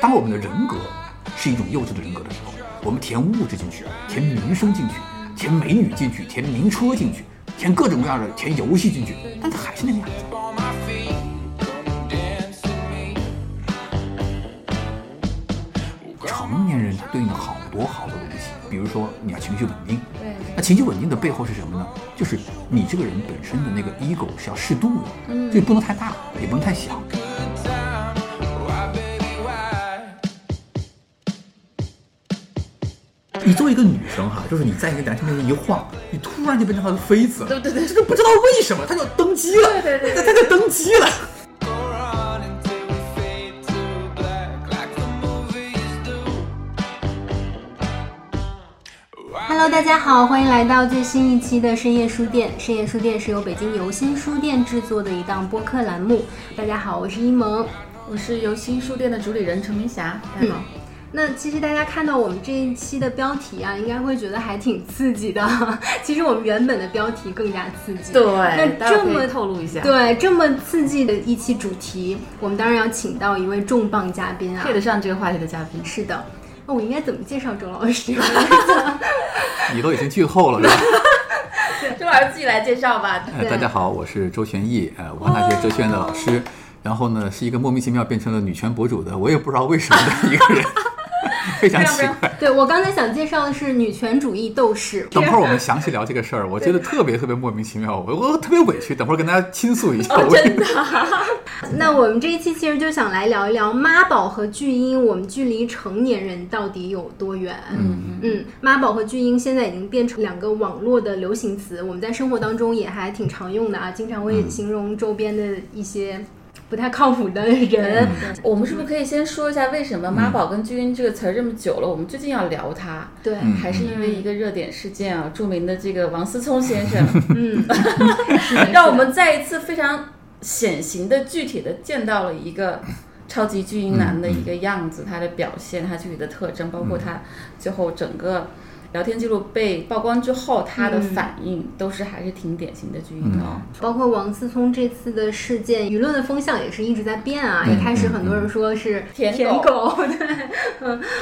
当我们的人格是一种幼稚的人格的时候，我们填物质进去，填名声进去，填美女进去，填名车进去，填各种各样的，填游戏进去，但它还是那个样子。 on my feet. Come dance with me. 成年人他对应的好多好多东西，比如说你要情绪稳定，对那情绪稳定的背后是什么呢？就是你这个人本身的那个 ego 是要适度的，嗯就不能太大，也不能太小。 Good time. Why, baby, why? 你作为一个女生哈，就是你在一个男生面前一晃，你突然就变成他的妃子，对对对这个不知道为什么他就登基了，对对对对他就登基了。 Go on until we fade to black like the movies do. Hello，大家好，欢迎来到最新一期的深夜书店。深夜书店是由北京游心书店制作的一档播客栏目。大家好，我是一萌。嗯我是游心书店的主理人陈明霞，大家好。那其实大家看到我们这一期的标题啊，应该会觉得还挺刺激的。 其实我们原本的标题更加刺激。那那这这么么透露一下，，对这么刺激的一期主题，我们当然要请到一位重磅嘉宾啊配。得上这个话题的嘉宾。是的，那我应该怎么介绍周老 师？ 你都已经剧透了，是吧？周老师自己来介绍吧。呃，大家好，我是周玄毅，呃，武汉大学哲学院的老哦师。然后呢，是一个莫名其妙变成了女权博主的，我也不知道为什么的一个人，非常奇怪。对我刚才想介绍的是女权主义斗士，等会儿我们详细聊这个事儿，我觉得特别特别莫名其妙，我我特别委屈。等会儿跟大家倾诉一下，哦我也那我们这一期其实就想来聊一聊妈宝和巨婴，我们距离成年人到底有多远？嗯妈宝和巨婴现在已经变成两个网络的流行词，我们在生活当中也还挺常用的啊，经常会形容周边的一些不太靠谱的人。嗯我们是不是可以先说一下为什嗯么“妈宝”跟“巨婴”这个词儿这么久了，我们最近要聊它？对，还是因为一个热点事件啊，著名的这个王思聪先生，嗯，让我们再一次非常显形的、具体的见到了一个超级巨婴男的一个样子，他的表现，他具体的特征，包嗯括他最后整个聊天记录被曝光之后，他的反应都是还是挺典型的巨嗯婴啊哦。包括王思聪这次的事件，舆论的风向也是一直在变啊。嗯一开始很多人说是舔舔狗狗，对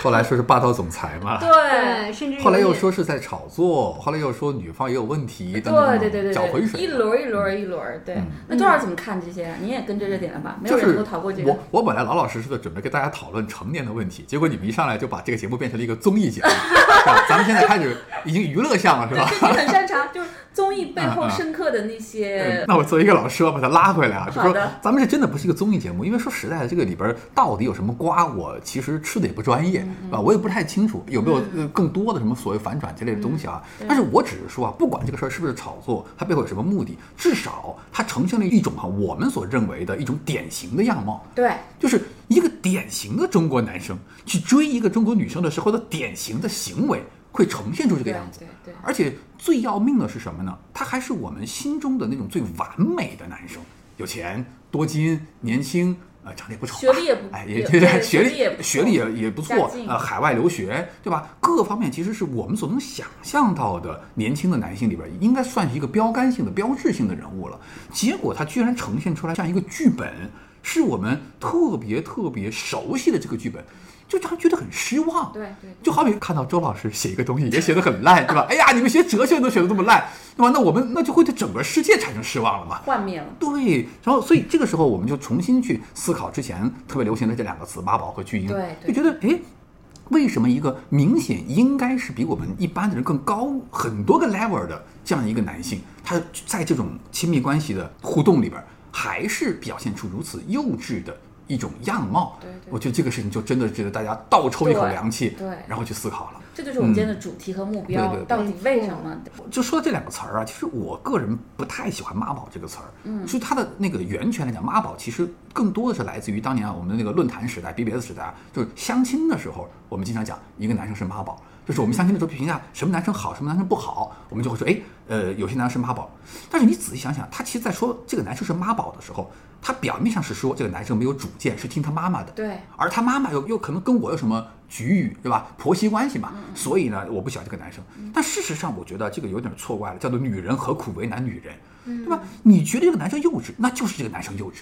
后来说是霸道总裁嘛，对。对，甚至有后来又点说是在炒作，后来又说女方也有问题，等等等对对对对搅浑对，一水。轮儿一轮儿一轮儿，对。那周老师怎么看这些啊？你也跟着热点了吧？没有就人能是够逃过这个我，。我本来老老实实的准备跟大家讨论成年的问题，结果你们一上来就把这个节目变成了一个综艺 节目，是吧咱们现在开始已经娱乐向了，是吧？对，你很擅长，就是综艺背嗯后嗯深刻的那些那我作为一个老师，我把它拉回来啊，就好说的咱们这真的不是一个综艺节目，因为说实在的，这个里边到底有什么瓜，我其实吃的也不专业，嗯啊，我也不太清楚有没有呃更多的什么所谓反转之类的东西啊。嗯但是我只是说啊，不管这个事儿是不是炒作，它背后有什么目的，至少它呈现了一种哈、啊我们所认为的一种典型的样貌。对，就是一个典型的中国男生去追一个中国女生的时候的典型的行为，会呈现出这个对样子。对对而且最要命的是什么呢？他还是我们心中的那种最完美的男生，有钱、多金、年轻，呃，长得也不丑吧，学历也不哎，也也对学学历也历不错学历也也不错家，境呃，海外留学，对吧？各方面其实是我们所能想象到的年轻的男性里边，应该算是一个标杆性的、标志性的人物了。结果他居然呈现出来这样一个剧本，是我们特别特别熟悉的这个剧本，就让人觉得很失望。对对对就好比看到周老师写一个东西也写得很烂，对吧？哎呀，你们学哲学都写得这么烂，对吧？那我们那就会对整个世界产生失望了嘛。幻灭了。对，然后所以这个时候我们就重新去思考之前特别流行的这两个词“妈宝”和“巨婴”，对就对觉得诶，为什么一个明显应该是比我们一般的人更高很多个 level 的这样一个男性，他在这种亲密关系的互动里边，还是表现出如此幼稚的一种样貌？对对我觉得这个事情就真的值得大家倒抽一口对凉气，对然后去思考了。这就是我们今天的主题和目标，对对对到底为什么？就说到这两个词儿啊，其实我个人不太喜欢“妈宝”这个词儿。嗯，所以它的那个源泉来讲，“妈宝”其实更多的是来自于当年啊我们的那个论坛时代、BBS 时代啊，就是相亲的时候，我们经常讲一个男生是妈宝，就是我们相亲的时候去评价什么男生好，什么男生不好，我们就会说，哎，呃，有些男生是妈宝。但是你仔细想想，他其实在说这个男生是妈宝的时候，他表面上是说这个男生没有主见，是听他妈妈的。对而他妈妈又又可能跟我有什么局域，对吧？婆媳关系嘛，嗯所以呢，我不喜欢这个男生。但事实上，我觉得这个有点错嗯怪了，叫做“女人何苦为难女人”，对吧？你觉得这个男生幼稚，那就是这个男生幼稚。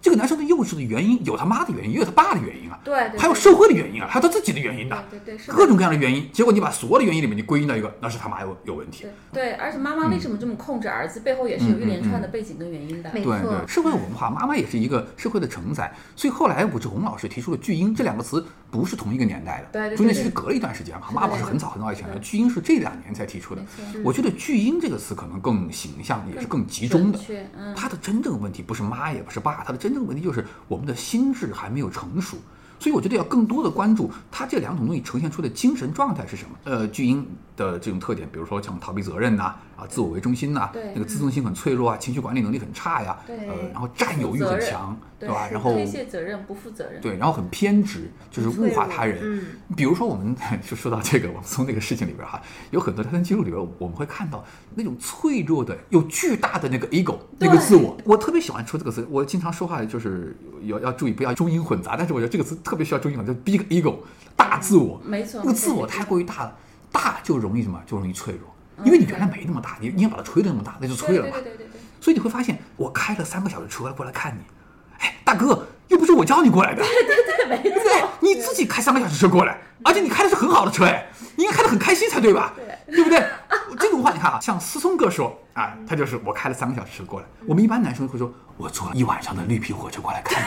这个男生的幼稚的原因有他妈的原因，也有他爸的原因啊，对对还有对社会的原因啊，还有他自己的原因的、对对对，是的各种各样的原因。结果你把所有的原因里面，你归因到一个，那是他妈有有问题对。对，而且妈妈为什么这么控制儿子，背后也是有一连串的背景跟原因的。没对错对，社会嗯文化，妈妈也是一个社会的承载，所以后来武志红老师提出了“巨婴”这两个词，不是同一个年代的，对对对中间对其实隔了一段时间哈，的妈宝是对很早很早以前的，对巨婴是这两年才提出的没。错，我觉得“巨婴”这个词可能更形象，也是更集中的准。确，嗯，他的真正问题不是妈，也不是爸，他的真正问题就是我们的心智还没有成熟。所以我觉得要更多的关注他这两种东西呈现出的精神状态是什么。呃，巨婴的这种特点，比如说像逃避责任呐、啊，自我为中心呐、对嗯那个自尊心很脆弱啊，情绪管理能力很差呀，对呃，然后占有欲很强，对吧？是然后推卸责任，不负责任，对，然后很偏执，就是物化他人。嗯比如说我们 就说到这个王松那个事情里边哈，有很多聊天记录里边，我们会看到那种脆弱的、有巨大的那个 ego 那个自我。我特别喜欢说这个词，我经常说话就是要要注意不要中英混杂，但是我觉得这个词特别需要中英混杂，就 big ego 大自我，没错，那个自我太过于大了，大就容易什么，就容易脆弱。因为你原来没那么大，你你要把它吹得那么大，那就对脆了嗯对嘛对。对对对，所以你会发现，我开了三个小时车过来看你，哎，大哥，又不是我叫你过来的，对对对，没错，你自己开三个小时车过来，而且你开的是很好的车，哎，你应该开得很开心才对吧？对，不对？这种话你看啊，像思聪哥说啊，他就是我开了三个小时车过来，我们一般男生会说，我坐了一晚上的绿皮火车过来看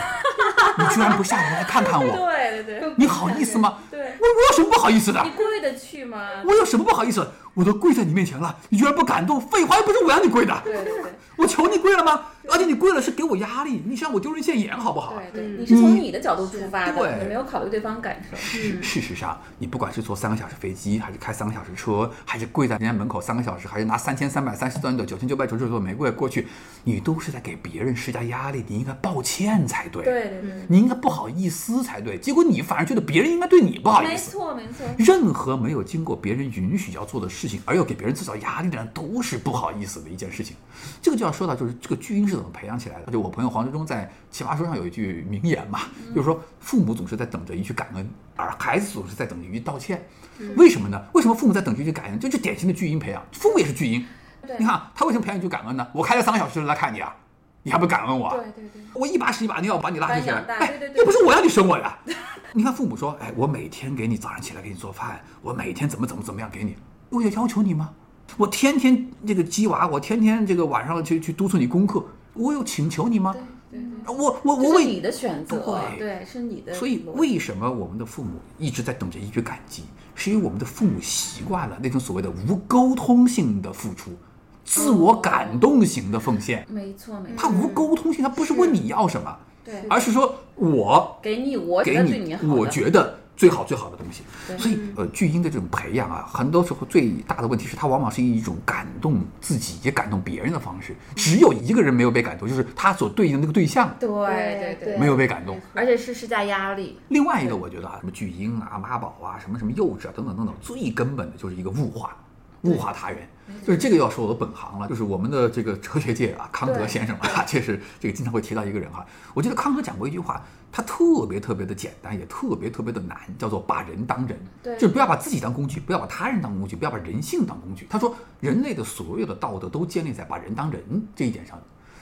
你， 你居然不下来来看看我，对对对，你好意思吗？对我我有什么不好意思的你？跪得去吗？我有什么不好意思？我都跪在你面前了，你居然不感动？废话，又不是我让你跪的。对对对。我求你跪了吗？而且你跪了是给我压力，你想我丢人现眼好不啊好？对对，嗯你是从你的角度出发对的，你没有考虑对方感受。事事实上，你不管是坐三个小时飞机，还是开三个小时车，还是跪在人家门口三个小时，还是拿三千三百三十段的九千九百九十九朵玫瑰过去，你都是在给别人施加压力。你应该抱歉才对，嗯对对对，你应该不好意思才对。结果你反而觉得别人应该对你不好意没思。嗯错没错，任何没有经过别人允许要做的事情，而要给别人制造压力的人，都是不好意思的一件事情。这个就要说到，就是这个巨婴是怎么培养起来的。就我朋友黄志忠在《奇葩说》上有一句名言嘛，嗯就是说父母总是在等着一句感恩，而孩子总是在等着一句道歉。嗯为什么呢？为什么父母在等着一句感恩？这就是典型的巨婴培养，父母也是巨婴。对你看啊他为什么培养一句感恩呢？我开了三个小时来看你啊，你还不感恩我啊？对对对，我一把屎一把尿把你拉进去，把你养大对对哎，对又不是我让你生我的。 你看父母说，哎，我每天给你早上起来给你做饭，我每天怎么怎么怎么样给你，我有要求你吗？我天天这个鸡娃，我天天这个晚上去去督促你功课，我有请求你吗对？对对。我我嗯我这为是你的选择，对对，是你的逻辑。所以为什么我们的父母一直在等着一句感激，是因为我们的父母习惯了那种所谓的无沟通性的付出，哦自我感动型的奉献，没错没他错，无沟通性，他不是问你要什么，对，而是说我给你我觉嗯给得对你好的，我觉得最好最好的东西。对嗯所以呃，巨婴的这种培养啊，很多时候最大的问题是，他往往是以一种感动自己也感动别人的方式。只有一个人没有被感动，就是他所对应的那个对象对对对对，没有被感动。而且是施加压力，另外一个，我觉得啊，什么巨婴啊、妈宝啊、什么什么幼稚啊，等等等等，最根本的就是一个物化，物化他人。就是这个要说我本行了，就是我们的这个哲学界啊，康德对先 生啊，确实这个经常会提到一个人哈、我觉得康德讲过一句话，他特别特别的简单，也特别特别的难，叫做把人当人。对就是不要把自己当工具，不要把他人当工具，不要把人性当工具。他说，人类的所有的道德都建立在把人当人这一点上。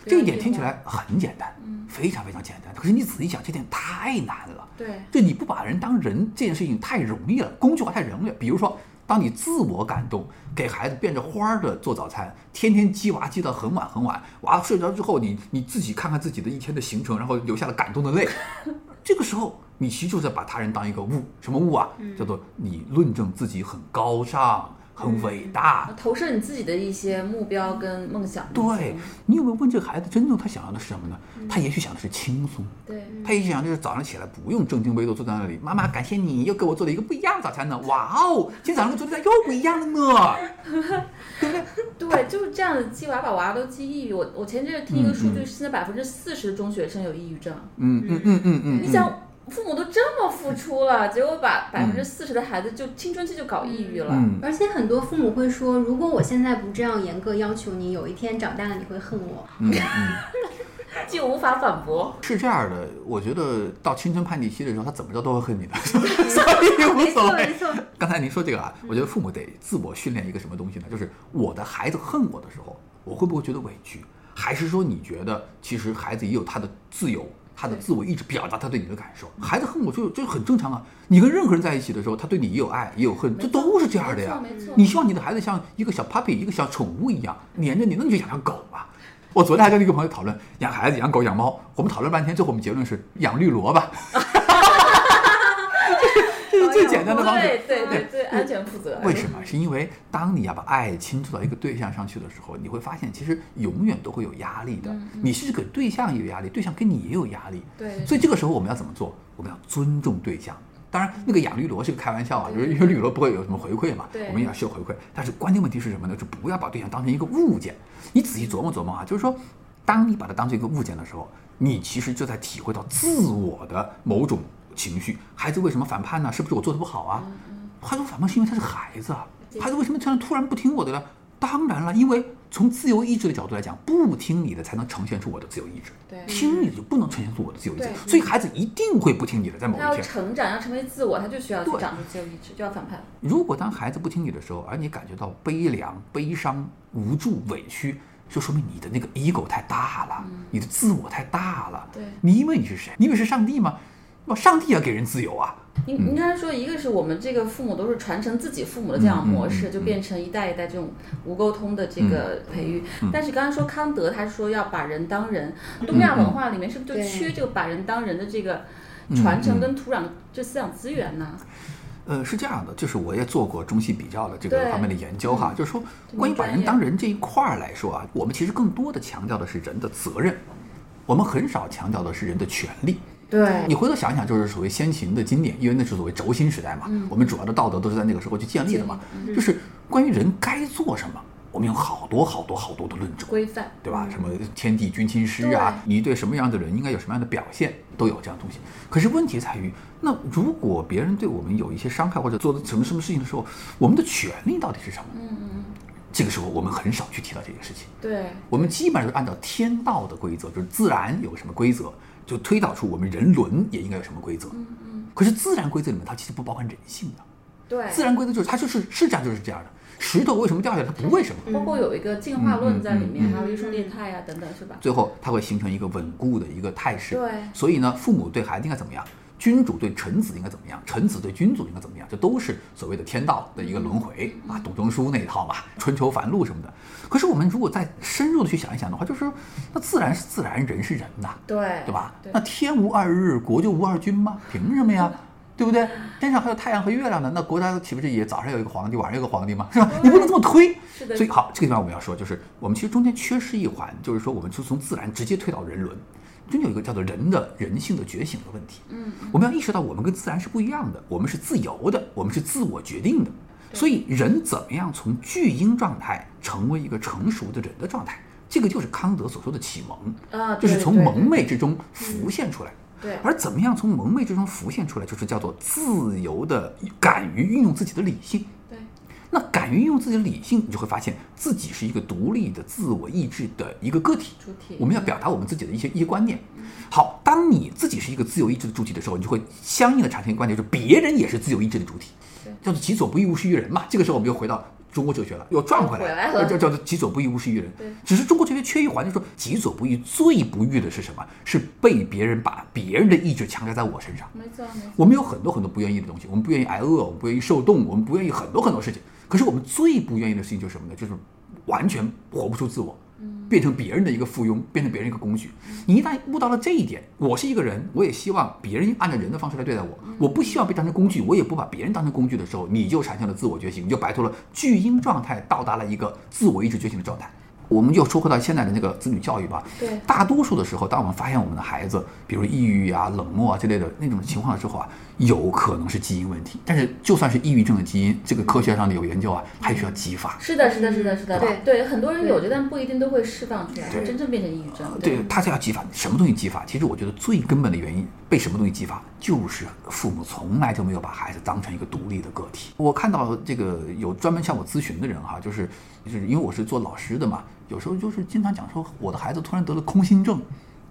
这一点听起来很简单，嗯非常非常简单。可是你仔细想，这点太难了。对就你不把人当人这件事情太容易了，工具化太容易了。比如说，当你自我感动，给孩子变着花儿的做早餐，天天鸡娃鸡到很晚很晚，娃睡着之后，你你自己看看自己的一天的行程，然后流下了感动的泪。这个时候，你其实就是把他人当一个物，什么物啊？叫做你论证自己很高尚、很伟大。投射你自己的一些目标跟梦想。对你有没有问这个孩子真正他想要的是什么呢？他也许想的是轻松。对，嗯他一想就是早上起来不用正襟危坐坐在那里，妈妈感谢你又给我做了一个不一样的早餐呢，哇哦，今天早上跟昨天早上又不一样了呢。对，就是这样的鸡娃把娃都鸡抑郁。我我前阵听一个数据，现在百分之四十的中学生有抑郁症。嗯嗯嗯嗯嗯，你想，父母都这么付出了，结果把百分之四十的孩子就青春期就搞抑郁了。嗯，而且很多父母会说，如果我现在不这样严格要求你，有一天长大了你会恨我。就无法反驳。是这样的，我觉得到青春叛逆期的时候，他怎么着都会恨你的， 所以无所谓。错，刚才您说这个啊，我觉得父母得自我训练一个什么东西呢？就是我的孩子恨我的时候，我会不会觉得委屈？还是说你觉得其实孩子也有他的自由，他的自我一直表达他对你的感受。孩子恨我就就很正常啊。你跟任何人在一起的时候，他对你也有爱也有恨，这都是这样的呀。没错，你希望你的孩子像一个小 puppy，一个小宠物一样黏着你，那你就养条狗吧。我昨天还跟一个朋友讨论养孩子、养狗、养猫，我们讨论半天，最后我们结论是养绿萝 吧。这哎是最简单的方式。对对对对，安全负责。为什么？是因为当你要把爱倾注到一个对象上去的时候，你会发现其实永远都会有压力的。你是给对象也有压力，对象跟你也有压力。对所以这个时候我们要怎么做？我们要尊重对象。当然，那个养绿萝是个开玩笑啊，就是因为绿萝不会有什么回馈嘛，对我们也要是有回馈。但是关键问题是什么呢？就不要把对象当成一个物件。你仔细琢磨琢磨啊，就是说，当你把它当成一个物件的时候，你其实就在体会到自我的某种情绪。孩子为什么反叛呢？是不是我做的不好嗯啊？孩子反叛是因为他是孩子啊，孩子为什么突然突然不听我的呢？当然了，因为从自由意志的角度来讲，不听你的才能呈现出我的自由意志。对听你的就不能呈现出我的自由意志嗯对，所以孩子一定会不听你的，在某他一要天。成长，要成为自我，他就需要去对长出自由意志，就要反叛。如果当孩子不听你的时候，而你感觉到悲凉、悲伤、无助、委屈，就说明你的那个 ego 太大了，嗯你的自我太大了。对你以为你是谁？你以为是上帝吗？哇，上帝也给人自由啊！应应该说，一个是我们这个父母都是传承自己父母的这样模嗯嗯式，嗯嗯就变成一代一代这种无沟通的这个培育。但是刚才说康德，他说要把人当人，嗯东亚文化里面是不是就对缺这个把人当人的这个嗯传承跟土壤这思想资源呢？呃，是这样的，就是我也做过中西比较的这个对方面的研究哈，就是说这关于么把专人业当人这一块儿来说啊，我们其实更多的强调的是人的责任，我们很少强调的是人的权利。对你回头想一想，就是所谓先秦的经典，因为那是所谓轴心时代嘛，我们主要的道德都是在那个时候去嗯建立的嗯嘛。就是关于人该做什么，我们有好多好多好多的论证，规范，对吧？什么天地君亲师啊，你嗯对什么样的人应该有什么样的表现，都有这样东西。可是问题在于，那如果别人对我们有一些伤害或者做的什么什么事情的时候，我们的权利到底是什么？嗯嗯。这个时候我们很少去提到这个事情。对我们基本上就按照天道的规则，就是自然有什么规则，就推导出我们人伦也应该有什么规则。可是自然规则里面，它其实不包含人性的。对。自然规则就是它就是是这样就是这样的。石头为什么掉下来？它不为什么。包括有一个进化论在里面，嗯嗯嗯还有艺术裂态啊等等，是吧？最后它会形成一个稳固的一个态势。对所以呢，父母对孩子应该怎么样？君主对臣子应该怎么样？臣子对君主应该怎么样？这都是所谓的天道的一个轮回嗯啊，董仲舒那一套嘛， 春秋繁露什么的。可是我们如果再深入的去想一想的话，就是那自然是自然，人是人呐、对对吧？对那天无二日，国就无二君吗？凭什么呀？对不对？天上还有太阳和月亮呢，那国家岂不是也早上有一个皇帝，晚上有一个皇帝吗？是吧？你不能这么推。是的所以好，这个地方我们要说，就是我们其实中间缺失一环，就是说我们是从自然直接推到人伦，真有一个叫做人的人性的觉醒的问题。嗯，我们要意识到我们跟自然是不一样的，我们是自由的，我们是自我决定的。所以人怎么样从巨婴状态成为一个成熟的人的状态，这个就是康德所说的启蒙。啊，就是对从对蒙昧之中浮现出来。对而怎么样从蒙昧之中浮现出来，就是叫做自由的敢于运用自己的理性。对那敢于运用自己的理性，你就会发现自己是一个独立的自我意志的一个个体。主体，我们要表达我们自己的一些一些观念。好，当你自己是一个自由意志的主体的时候，你就会相应的产生一个观点，就是别人也是自由意志的主体对，叫做己所不欲，勿施于人嘛。这个时候我们又回到中国哲学了，又转回又回来来了叫叫做己所不欲，勿施于人对。只是中国哲学缺一环，就是说己所不欲，最不欲的是什么？是被别人把别人的意志强加在我身上。没错没错，我们有很多很多不愿意的东西，我们不愿意挨饿，我们不愿意受冻，我们不愿意很多很多事情。可是我们最不愿意的事情就是什么呢？就是完全活不出自我，变成别人的一个附庸，变成别人一个工具。你一旦悟到了这一点，我是一个人，我也希望别人按照人的方式来对待我，我不希望被当成工具，我也不把别人当成工具的时候，你就产生了自我觉醒，你就摆脱了巨婴状态，到达了一个自我意志觉醒的状态。我们又说回到现在的那个子女教育吧，对大多数的时候，当我们发现我们的孩子，比如抑郁啊、冷漠啊之类的那种情况的时候啊，有可能是基因问题。但是，就算是抑郁症的基因，这个科学上的有研究啊，它也需要激发。是的，是的，是的，是的，对嗯对，很多人有这，但不一定都会释放出来，对真正变成抑郁症。对，它是要激发什么东西激发？其实我觉得最根本的原因被什么东西激发，就是父母从来就没有把孩子当成一个独立的个体。我看到这个有专门向我咨询的人哈，就是就是因为我是做老师的嘛，有时候就是经常讲说我的孩子突然得了空心症，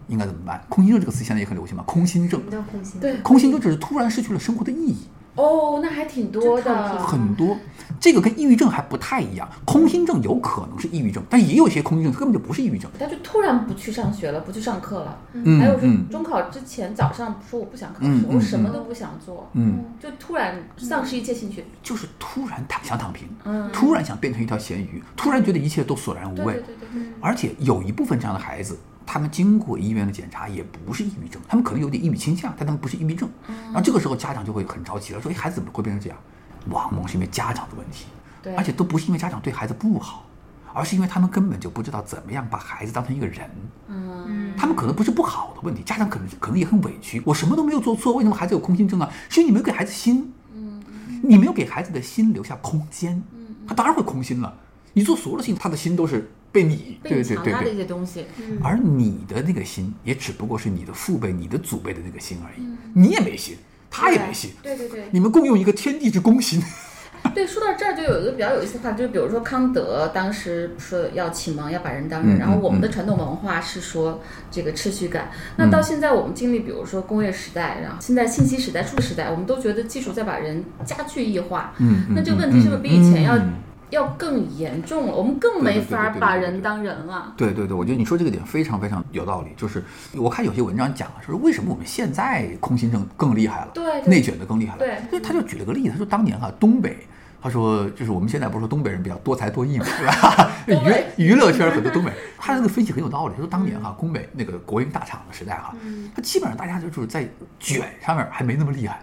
应该怎么办？空心症这个词现在也很流行嘛，空心症。什么叫空心？对空心症就是突然失去了生活的意义。哦，那还挺多这套的，题很多，这个跟抑郁症还不太一样。空心症有可能是抑郁症，但也有一些空心症根本就不是抑郁症。他就突然不去上学了，不去上课了。嗯还有说嗯中考之前早上说我不想考试，嗯嗯我什么都不想做，嗯，就突然丧失一切兴趣。就是突然躺想躺平，嗯，突然想变成一条咸鱼，突然觉得一切都索然无对味对。对对对，而且有一部分这样的孩子，他们经过医院的检查也不是抑郁症，他们可能有点抑郁倾向，但他们不是抑郁症。然后这个时候家长就会很着急了，说：“哎，孩子怎么会变成这样？”往往是因为家长的问题，对而且都不是因为家长对孩子不好，而是因为他们根本就不知道怎么样把孩子当成一个人。嗯，他们可能不是不好的问题，家长可能可能也很委屈，我什么都没有做错，为什么孩子有空心症啊？是因为你没有给孩子心，嗯你没有给孩子的心留下空间，他当然会空心了。你做所有的事情，他的心都是被你，被对你对强对加的对一，些东西，而你的那个心，也只不过是你的父辈、你的祖辈的那个心而嗯已，你也没心，他也没心，对对对你们共用一个天地之公心。对。说到这儿，就有一个比较有意思的话，就是比如说康德当时说要启蒙，要把人当人，嗯然后我们嗯的传统文化是说这个秩序感。那到现在我们经历，比如说工业时代，然后现在信息时代、数字时代，我们都觉得技术在把人加剧异化。嗯 那这个问题是不是比以前要嗯嗯要更严重了，我们更没对对对对法对对把人当人了。对对对，我觉得你说这个点非常非常有道理。就是我看有些文章讲了，说为什么我们现在空心症更厉害了，对对内卷的更厉害了。对所以他就举了个例子，他说当年啊，东北。他说，就是我们现在不是说东北人比较多才多 艺嘛，是吧？东北娱娱乐圈很多东北，人，他这个分析很有道理。说当年哈、东北那个国营大厂的时代哈、他基本上大家就是在卷上面还没那么厉害，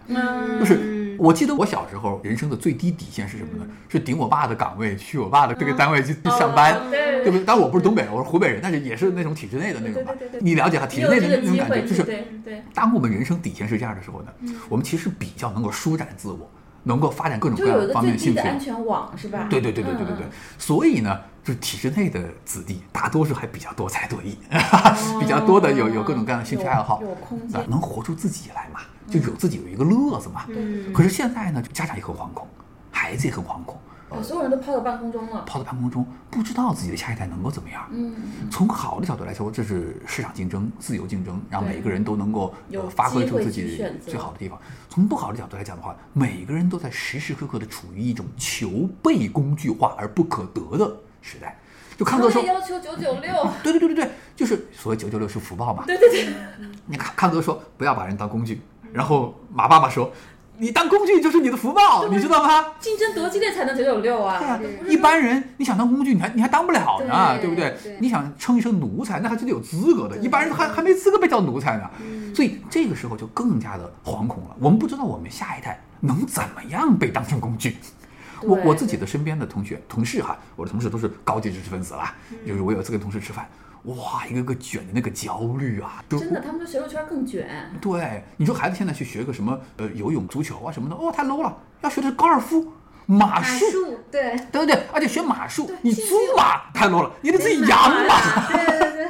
嗯就是我记得我小时候人生的最低底线是什么嗯呢？是顶我爸的岗位，去我爸的这个单位去哦去上班，对对不对？当然我不是东北人，我是湖北人，但是也是那种体制内的那种吧对对对对。对你了解哈，体制内的那种感觉，就是对嗯对，当我们人生底线是这样的时候呢，我们其实比较能够舒展自我，能够发展各种就各有一样个方面的最低兴的趣。安全网是吧？对对对对对对对嗯。，所以呢，就是体制内的子弟大多数还比较多才多艺， 比较多的有有各种各样的兴趣爱好哦有，有空那间，嗯能活出自己来嘛，就有自己有一个乐子嘛。嗯可是现在呢，家长也很惶恐，孩子也很惶恐，哦，所有人都抛到半空中了。抛在半空中，不知道自己的下一代能够怎么样。嗯，从好的角度来说，这是市场竞争、自由竞争，让对每个人都能够有呃发挥出自机会去己选择最好的地方。从不好的角度来讲的话，每个人都在时时刻刻的处于一种求被工具化而不可得的时代。就康德说行业，要求九九六， 对对对对对，就是所谓九九六是福报嘛。对对对，你看康德说不要把人当工具，然后马爸爸说，你当工具就是你的福报，你知道吗？竞争多激烈才能九九六对啊！啊，一般人你想当工具，你还你还当不了呢，对对不对对？你想称一声奴才，那还是得有资格的，一般人还还没资格被叫奴才呢。嗯所以这个时候就更加的惶恐了，我们不知道我们下一代能怎么样被当成工 具。我对我自己的身边的同学同事哈，我的同事都是高级知识分子啦，嗯就是我有一次跟同事吃饭，哇，一个个卷的那个焦虑啊，都真的，他们说学术圈更卷，对，你说孩子现在去学个什么呃游泳、足球啊什么的，哦，太 low 了，要学的是高尔夫、哎马术。树，对对不对？而且学马术，你租马太 low 了，你得自己养马。对对对，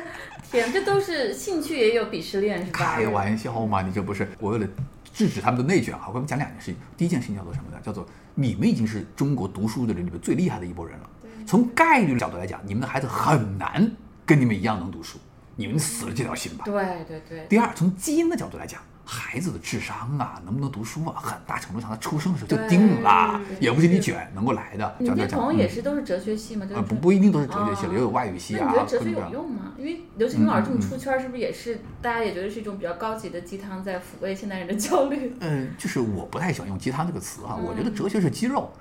天，这都是兴趣也有鄙视链是吧？开玩笑嘛，你这不是？我为了制止他们的内卷啊，我跟他们讲两件事情。第一件事情叫做什么呢？叫做你们已经是中国读书的人里面最厉害的一波人了。从概率角度来讲，你们的孩子很难跟你们一样能读书，你们死了这条心吧。对对对，第二，从基因的角度来讲，孩子的智商啊，能不能读书啊，很大程度上他出生的时候就定了，也不是你卷能够来的。你角度们这来讲同也是都是哲学系吗？就啊，是不不一定都是哲学系了，哦也有外语系那啊，嗯你觉得哲各学种各样有用吗？因为刘青云老师这么出圈，是不是也是大家也觉得是一种比较高级的鸡汤，在抚慰现代人的焦虑？ 嗯，就是我不太喜欢用“鸡汤”这个词啊，嗯我觉得哲学是鸡肉，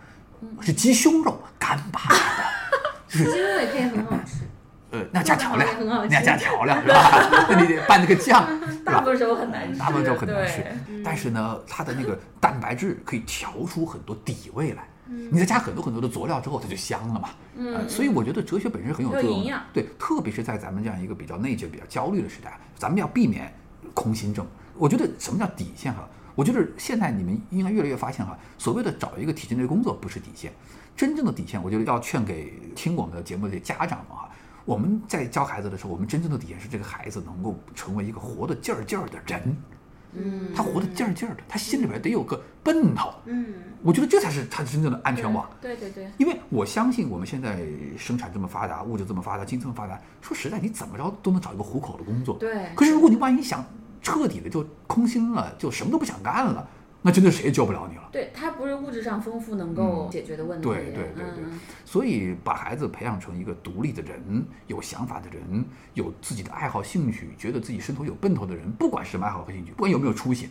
是鸡胸肉，干巴的，就是鸡肉也可以很好吃。呃，那加调料做得很好，你要加调料是吧？那你得拌那个酱，是大吧部？分时候很难吃，大部分就很难吃对。但是呢，它的那个蛋白质可以调出很多底味来。你再加很多很多的佐料之后，它就香了嘛。嗯、所以我觉得哲学本身很有作很有用营的养。对，特别是在咱们这样一个比较内卷、比较焦虑的时代，咱们要避免空心症。我觉得什么叫底线哈、我觉得现在你们应该越来越发现哈、所谓的找一个体制内工作不是底线，真正的底线，我觉得要劝给听我们的节目的家长们哈、我们在教孩子的时候，我们真正的底线是这个孩子能够成为一个活得劲儿劲儿的人。嗯他活得劲儿劲儿的，他心里边得有个奔头。嗯我觉得这才是他真正的安全网。对对对，因为我相信我们现在生产这么发达，物质这么发达，经济这么发达，说实在，你怎么着都能找一个糊口的工作。对可是如果你万一想彻底的就空心了，就什么都不想干了，那真的谁也救不了你了。对，它不是物质上丰富能够解决的问嗯题。对对对对嗯，所以把孩子培养成一个独立的人，有想法的人，有自己的爱好兴趣，觉得自己身头有奔头的人，不管是什么爱好和兴趣，不管有没有出息，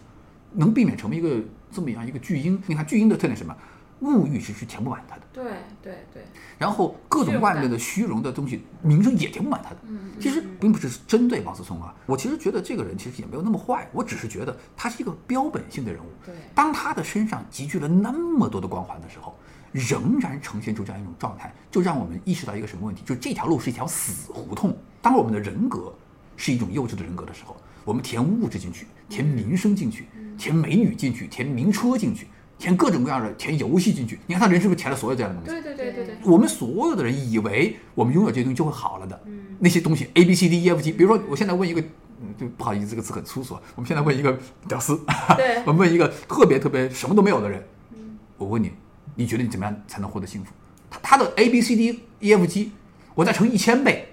能避免成为一个这么样一个巨婴。你看巨婴的特点是什么？物欲是是填不满他的，对对对，然后各种外面的虚荣嗯的东西，名声也填不满他的。其实并不是针对王思聪啊，我其实觉得这个人其实也没有那么坏，我只是觉得他是一个标本性的人物。对当他的身上集聚了那么多的光环的时候，仍然呈现出这样一种状态，就让我们意识到一个什么问题？就这条路是一条死胡同。当我们的人格是一种幼稚的人格的时候，我们填物质进去，填民生进去，填美女进去，填名车进去，填各种各样的，填游戏进去。你看他人是不是填了所有这样的东西？对对 对对对，我们所有的人以为我们拥有这些东西就会好了的，那些东西 A B C D E F G，比如说我现在问一个，嗯，就不好意思，这个词很粗俗啊，我们现在问一个屌丝，对我们问一个特别特别什么都没有的人，我问你，你觉得你怎么样才能获得幸福？他他的 A B C D E F G，我再乘一千倍，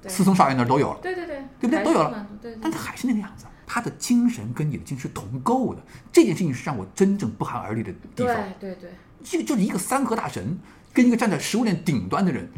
对思聪少爷那儿都有了。对对对，对不对？还都有是了满足，对对但他还是那个样子，他的精神跟你的精神是同构的，这件事情是让我真正不寒而栗的地方。对对对，就就是一个三河大神跟一个站在食物链顶端的人，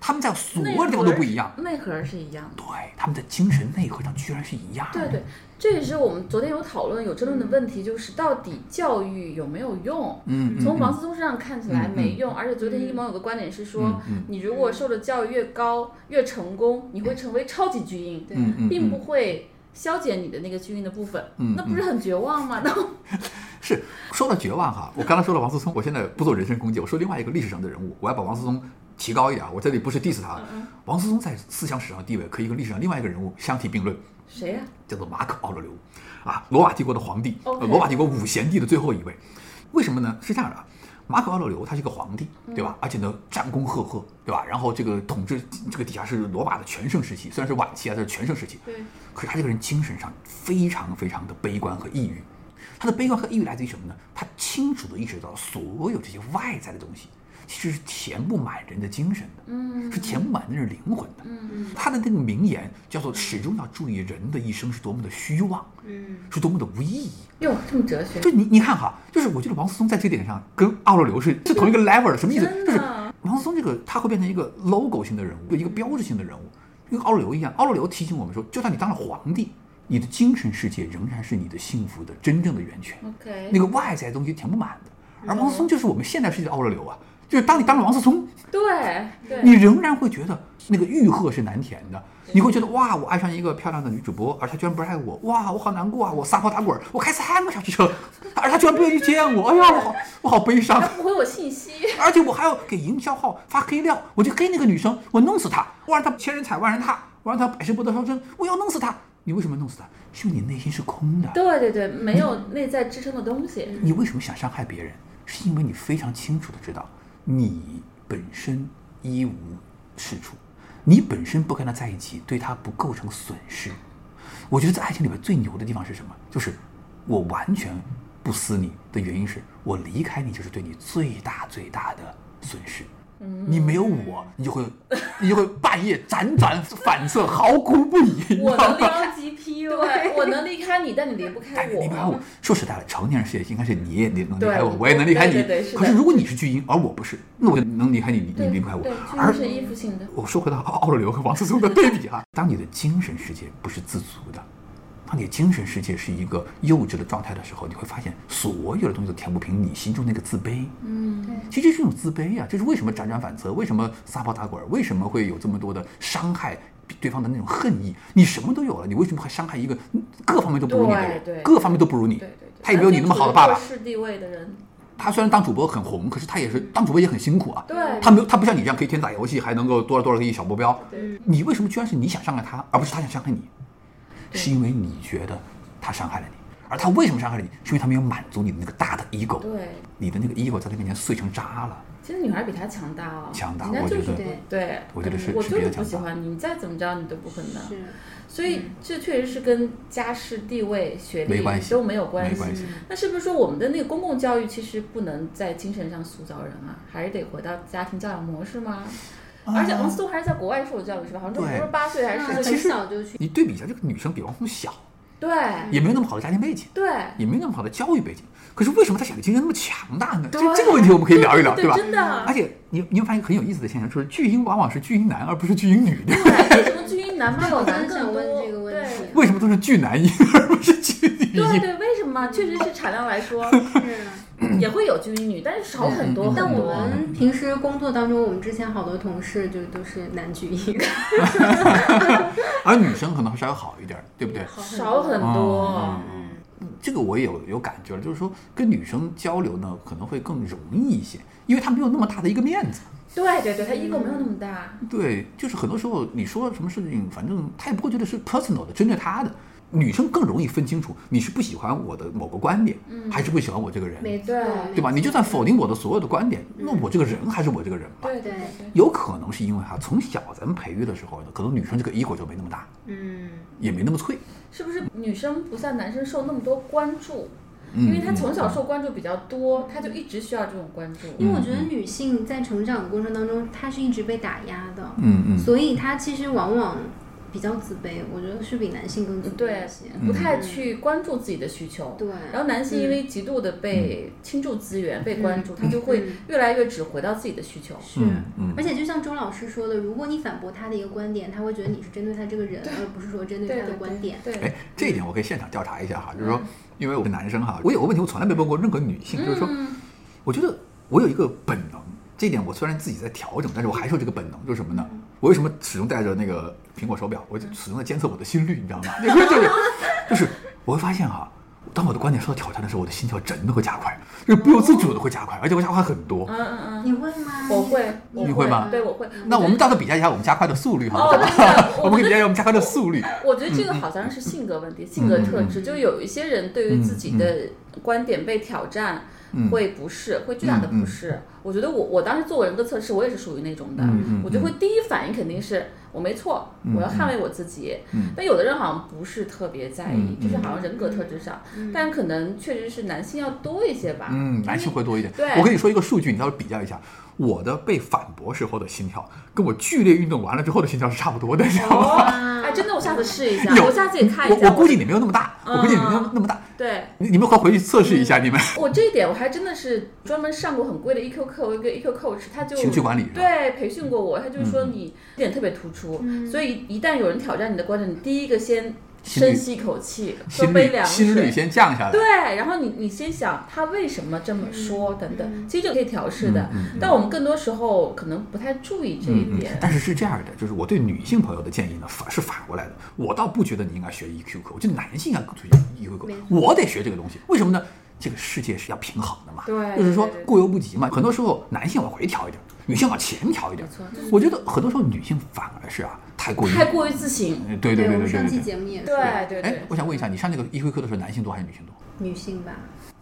他们在所内有地方都核不一样。内核是一样的。对，他们的精神内核上居然是一样的。对对，这也是我们昨天有讨论、有争论的问题，就是到底教育有没有用？嗯，嗯，从王嗯思聪身上看起来没用，而且昨天一萌有个观点是说，嗯嗯你如果受的教育越高、越成功，你会成为超级巨婴，对嗯嗯并不会消减你的那个巨婴的部分，嗯那不是很绝望吗？ 那是说到绝望哈，我刚才说了王思聪，我现在不做人身攻击，我说另外一个历史上的人物，我要把王思聪提高一点啊，我这里不是 diss 嗯他，王思聪在思想史上的地位可以跟历史上另外一个人物相提并论，谁呀、叫做马可·奥勒留，啊，罗马帝国的皇帝，呃 OK 罗马帝国五贤帝的最后一位。为什么呢？是这样的啊，马可·奥勒留他是个皇帝，对吧？而且呢，战功赫赫，对吧？然后这个统治这个底下是罗马的全盛时期，虽然是晚期啊，但是全盛时期。对，可是他这个人精神上非常非常的悲观和抑郁。他的悲观和抑郁来自于什么呢？他清楚地意识到，所有这些外在的东西其实是填不满人的精神的，嗯，是填不满人的灵魂的。嗯，他的那个名言叫做“始终要注意人的一生是多么的虚妄，嗯，是多么的无意义”。哟，这么哲学，就你你看哈，就是我觉得王思聪在这点上跟奥洛流是是同一个 level 的，什么意思？嗯真就是的 王思聪这个他会变成一个 logo 型的人物，一个标志性的人物，就跟奥洛流一样。奥洛流提醒我们说，就算你当了皇帝，你的精神世界仍然是你的幸福的真正的源泉， OK，那个外在的东西填不满的。而王思聪就是我们现代世界的奥洛流啊，就是当你当了王思聪，对对，你仍然会觉得那个欲壑是难填的，你会觉得哇，我爱上一个漂亮的女主播，而她居然不爱我，哇，我好难过啊！我撒泼打滚儿，我开三个小时车，而她居然不愿意见我，哎呀，我好我好悲伤 他，不回我信息，而且我还要给营销号发黑料，我就黑那个女生，我弄死她，我让她千人踩万人踏，我让她百世不得超生，我要弄死她。你为什么弄死她？是因为你内心是空的，对对对，没有内在支撑的东西，你为什么想伤害别人？是因为你非常清楚的知道，你本身一无是处，你本身不跟他在一起，对他不构成损失。我觉得在爱情里面最牛的地方是什么？就是我完全不思你的原因是我离开你就是对你最大最大的损失。你没有我，你就会，你就会半夜辗转反侧，嚎哭不已。你知我道吗能？ 离对，我能离开你，但你离不开但是我，哎离不开我。说实在的，成年人世界应该是你也能离开我，对我也能离开你。对对对是的可是如果你是巨婴，而我不是，那我就能离开你，你对你离不开我啊对，。而居民是依附性的，我说回到奥洛流和王思聪的对比啊，当你的精神世界不是自足的，当你的精神世界是一个幼稚的状态的时候，你会发现所有的东西都填不平你心中那个自卑。嗯，其实这是一种自卑啊呀、这是为什么辗转反侧，为什么撒泼打滚儿，为什么会有这么多的伤害对方的那种恨意？你什么都有了，你为什么还伤害一个嗯各方面都不如你的对对人？各方面都不如你，对对对，他也没有你那么好的爸爸他就。是地位的人，他虽然当主播很红，可是他也是当主播也很辛苦啊。对，他没有，他不像你这样可以天天打游戏，还能够多少多少个亿小目标。对你为什么居然是你想伤害他，而不是他想伤害你？对是因为你觉得他伤害了你，而他为什么伤害了你？是因为他没有满足你的那个大的 ego，对，你的那个 ego 在他面前碎成渣了。其实女孩比他强大哦，强大人家我就觉是得不对，嗯我觉得是我是就别是的不强喜大嗯欢你，你再怎么着你都不可能。是所以这确实是跟家世、地位、学历没关系都没有没关关系，那是不是说我们的那个公共教育其实不能在精神上塑造人啊，还是得回到家庭教养模式吗？而且王思聪还是在国外受教育是吧？好像都不啊对是八岁还是啊十很岁，小就去，你对比一下，这个女生比王思聪小，对也没有那么好的家庭背景，对，也没有那么好的教育背景。可是为什么他想的精神那么强大呢？这对啊这个问题我们可以聊一聊，对吧？真的而且你你会发现一个很有意思的现象，就是巨婴往往是巨婴男，而不是巨婴女。嗯对，为什么巨婴男妈宝我刚男更想多？问这个问对题，为什么都是巨男婴，而不是巨女对婴？对，为什么？确实是产量 来说啊是。也会有巨婴女，但是少很嗯嗯多嗯很但我多。们平时工作当中，我们之前好多同事就都是男巨婴，而女生可能稍微好一点，对不 对？少很多哦，这个我也有有感觉了，就是说跟女生交流呢，可能会更容易一些，因为她没有那么大的一个面子。对对对，他 ego 没有那么大，对，就是很多时候你说什么事情，反正她也不会觉得是 personal 的，针对她的。女生更容易分清楚你是不喜欢我的某个观点，还是不喜欢我这个人，嗯没错，嗯对对吧？你就算否定我的所有的观点，那我这个人还是我这个人吧。对对对对，有可能是因为哈，从小咱们培育的时候呢，可能女生这个 ego 就没那么大，嗯，也没那么脆。是不是女生不像男生受那么多关注？嗯嗯因为她从小受关注比较多，她就一直需要这种关注。因为我觉得女性在成长的过程当中，她是一直被打压的，嗯嗯，所以她其实往往比较自卑，我觉得是比男性更自卑对一些。，嗯不太去关注自己的需求。对然后男性因为极度嗯的被倾注资源、被关注，他就会越来越只回到自己的需求。嗯是嗯嗯而且就像周老师说的，如果你反驳他的一个观点，他会觉得你是针对他这个人，而不是说针对他的观点。对，哎，这一点我可以现场调查一下哈，就是嗯说，因为我是男生哈，我有个问题，我从来没问过任何女性，就是说，嗯我觉得我有一个本能，这一点我虽然自己在调整，但是我还是有这个本能，就是什么嗯呢？我为什么始终戴着那个苹果手表？我就始终在监测我的心率，你知道吗？ 就是就是就是，我会发现哈。当我的观点受到挑战的时候，我的心跳真的会加快，就是不由自主的会加快，而且会加快很多。嗯嗯嗯，你会吗？我会，你会吗对，我会。那我们到时候比较一下我们加快的速率，好哦，不好？对对我们可以比觉较一得，下我们加快的速率。我觉得嗯这个好像是性格问题、性格特质。就有一些人对于自己的观点被挑战，嗯会不适，会巨大的不适。我觉得我我当时做过人格测试，我也是属于那种的，嗯嗯我就会第一反应肯定是我没错，我要捍卫我自己。嗯但有的人好像不是特别在意，嗯就是好像人格特质上，但可能确实是男性要多一些吧。嗯，男性会多一点。对我跟你说一个数据，你到时候比较一下，我的被反驳时候的心跳，跟我剧烈运动完了之后的心跳是差不多的，你知道吗？哦，啊哎，真的，我下次试一下，有我下次也看我一下。我估计你没有那么大，嗯我估计你没有那么大。对。你你们快回去测试一下，你们我这一点我还真的是专门上过很贵的 EQ 课，我有一个 EQ coach，他就情绪管理是吧对培训过我，他就嗯说你这点特别突出，所以一旦有人挑战你的观点，你第一个先心里深吸一口气，喝心杯率凉心率水。先降下来。对，然后你你先想他为什么这么说等等，其实这个可以调试的嗯嗯嗯，但我们更多时候可能不太注意这嗯一嗯点，。但是是这样的，就是我对女性朋友的建议呢，反是反过来的。我倒不觉得你应该学 EQ 课，我觉得男性应该学 EQ E 课没，我得学这个东西。为什么呢？这个世界是要平衡的嘛，对就是说对对对过犹不及嘛。很多时候男性往回调一点，女性往前调一点。我觉得很多时候女性反而是啊，太过于太过于自信，嗯对对我对们对上对期对节目也对说对哎对，。我想问一下，你上那个 EQ 课的时候，男性多还是女性多？女性吧，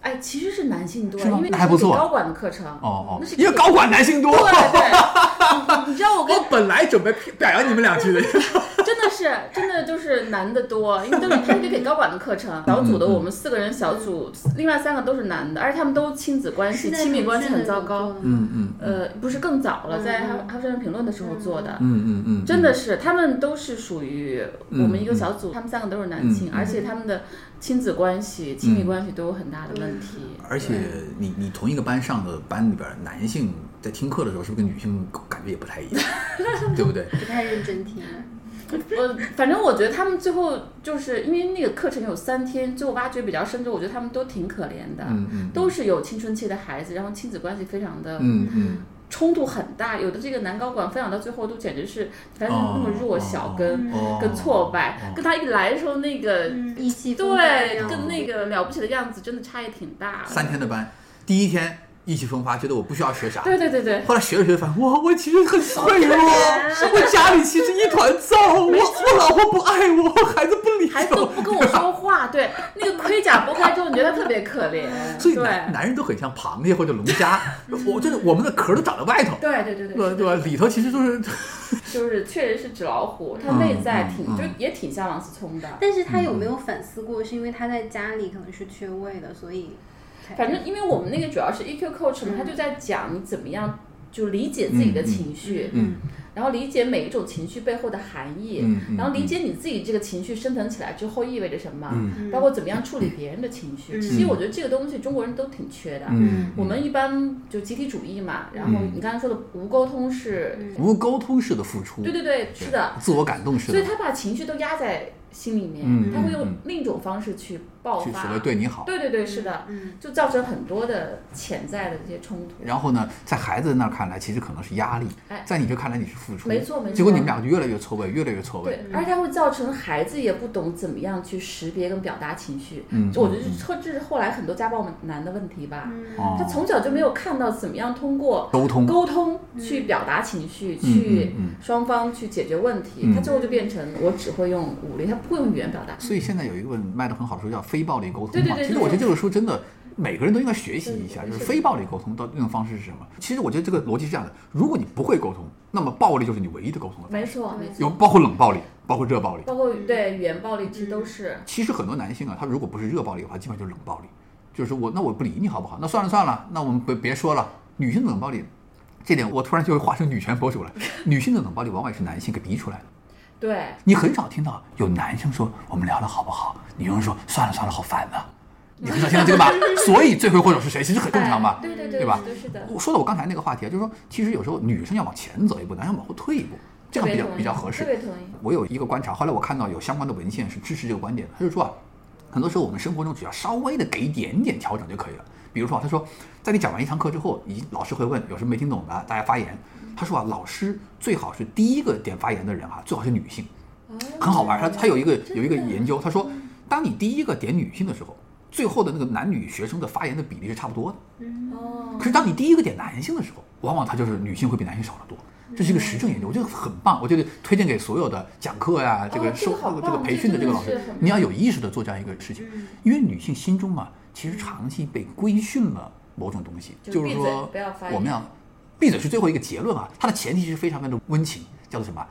哎，其实是男性多，是吗因为那还不错你高管的课程，哦哦那是，因为高管男性多。 对 对，你知道我跟我本来准备表扬你们两句的，真的是，真的就是男的多，因为都是他是给高管的课程，小嗯组的我们四个人小组，另外三个都是男的，而且他们都亲子关系、是在亲密关系腾很讯那糟种糕做。的嗯嗯嗯呃，不是更早了，在哈哈佛商业评论的时候做的，嗯嗯嗯，真的是他们都是属于我们一个小组，他们三个都是男性，嗯而且他们的亲子关系、亲密关系都有很大的问题。而且你你同一个班上的班里边，男性在听课的时候，是不是跟女性感觉也不太一 样，对不对？不太认真听。我反正我觉得他们最后就是因为那个课程有三天，最后挖掘比较深之后，我觉得他们都挺可怜的，嗯嗯都是有青春期的孩子，然后亲子关系非常的嗯嗯，冲突很大，有的这个男高管分享到最后都简直是反正哦那么弱小哦跟、哦跟挫败，哦跟他一来的时候那个、嗯，意气风发的对样子跟那个了不起的样子真的差异挺大的。三天的班，第一天意气风发，觉得我不需要学啥，对对对对，后来学着学着发现，哇，我其实很脆弱，我家里其实一团糟，我我老婆不爱我，我孩子不理孩子都我。不跟我说 话，对那个盔甲剥开之后，你觉得他特别可怜，所以对男男人都很像螃蟹或者龙虾， 我真的我们的壳都长在外头，对对对对对。吧？对吧？里头其实都是，就是确实是纸老虎，他嗯内在挺、嗯嗯就也挺像王思聪的。但是他有没有反思过，是因为他在家里可能是缺位的，所以才反正因为我们那 E 个主要是 EQ coach 嘛，他就在讲你怎么样就理解自己的情绪，嗯然后理解每一种情绪背后的含义，嗯嗯然后理解你自己这个情绪升腾起来之后意味着什么，嗯包括怎么样处理别人的情绪。嗯其实我觉得这个东西中国人都挺缺的。嗯，我们一般就集体主义嘛，然后你刚才说的无沟通是，嗯嗯无沟通式的付出，对对对，是的，自我感动式所以的，他把情绪都压在心里面，嗯他会用嗯另一种方式去爆去发。所谓对你好。对对对，是的，嗯就造成很多的潜在的这些冲突。然后呢，在孩子那儿看来，其实可能是压力哎，在你这看来你是付出，没错没错结果你们俩就越来越错位，越来越错位对。，而且它会造成孩子也不懂怎么样去识别跟表达情绪。嗯我觉得这这是后来很多家暴男的问题吧。哦他从小就没有看到怎么样通过沟通沟通去表达情绪，嗯去嗯嗯双方去解决问题。嗯他最后就变成我只会用武力，他不会用语言表达。所以现在有一个卖得很好的书叫非暴力沟通对对嘛，对其实对我觉得对这个书真的。每个人都应该学习一下，对就是对非暴力沟通到那种方式是什么？其实我觉得这个逻辑是这样的：如果你不会沟通，那么暴力就是你唯一的沟通的方没式，错，没错，有包括冷暴力，包括热暴力。包括对语言暴力，其实都是。其实很多男性啊，他如果不是热暴力的话，基本上就是冷暴力，就是我那我不理你好不好？那算了算了，那我们别别说了。女性的冷暴力，这点我突然就会化成女权博主了。 女性的冷暴力往往也是男性给逼出来的。对，你很少听到有男生说我们聊聊好不好，女生说算了算了，好烦呐、你很少听到这个吧？ 所以罪魁祸首是谁？其实很正常吧哎？对对对吧是的。我说到我刚才那个话题啊，就是说，其实有时候女生要往前走一步，男生往后退一步，这样比较特别同意比较合适特。别同意。我有一个观察，后来我看到有相关的文献是支持这个观点的，他就说啊，很多时候我们生活中只要稍微的给一点点调整就可以了。比如说、啊，他说，在你讲完一堂课之后，你老师会问有什么没听懂的，大家发言。他说啊，老师最好是第一个点发言的人啊，最好是女性，很好玩。他他有一个有一个研究，他说，当你第一个点女性的时候，最后的那个男女学生的发言的比例是差不多的。嗯哦可，是当你第一个点男性的时候，往往他就是女性会比男性少得多。嗯这是一个实证研究，我觉得很棒，我觉得推荐给所有的讲课呀、这个哦这受个好棒哦这个培训的这个老师这真的是嗯很，棒你要有意识的做这样一个事情，因为女性心中啊，其实长期被规训了某种东西，就就是是闭嘴说不要发言我们要闭嘴是最后一个结论啊，它的前提是非常非常温情，叫做什么？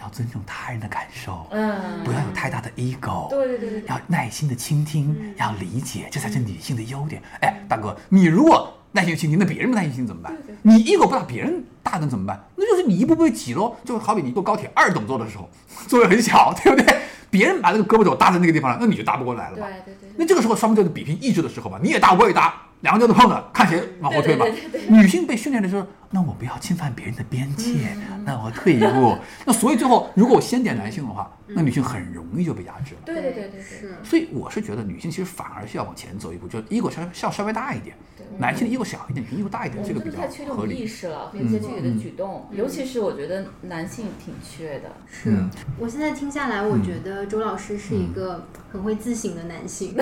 要尊重他人的感受，嗯，不要有太大的 ego，对对对对对。要耐心的倾听，嗯要理解，这才是女性的优点。哎，大哥，你如果耐心倾听，那别人不耐心倾听怎么办？你 ego 不大，别人大能怎么办？那就是你一步步挤喽。就好比你坐高铁二等座的时候， 座位很小，对不对？别人把那个胳膊肘搭在那个地方了，那你就搭不过来了嘛。对对对那这个时候双方就比拼意志的时候嘛，你也搭我也搭，两个就都碰了，看谁往后退嘛。对对对女性被训练的就是，那我不要侵犯别人的边界，嗯那我退一步。那所以最后，如果我先点男性的话，那嗯女性很容易就被压制了。对对对对，是，所以我是觉得女性其实反而是要往前走一步，就是 ego 稍稍稍微大一点对，男性的 ego 小一点，女性 ego 大一点，我这们个啊真比较的嗯太缺这合种意理。识了，并且自己的举动，尤其是我觉得男性挺缺的。嗯是我现在听下来，我觉得周老师是一个很会自省的 男性，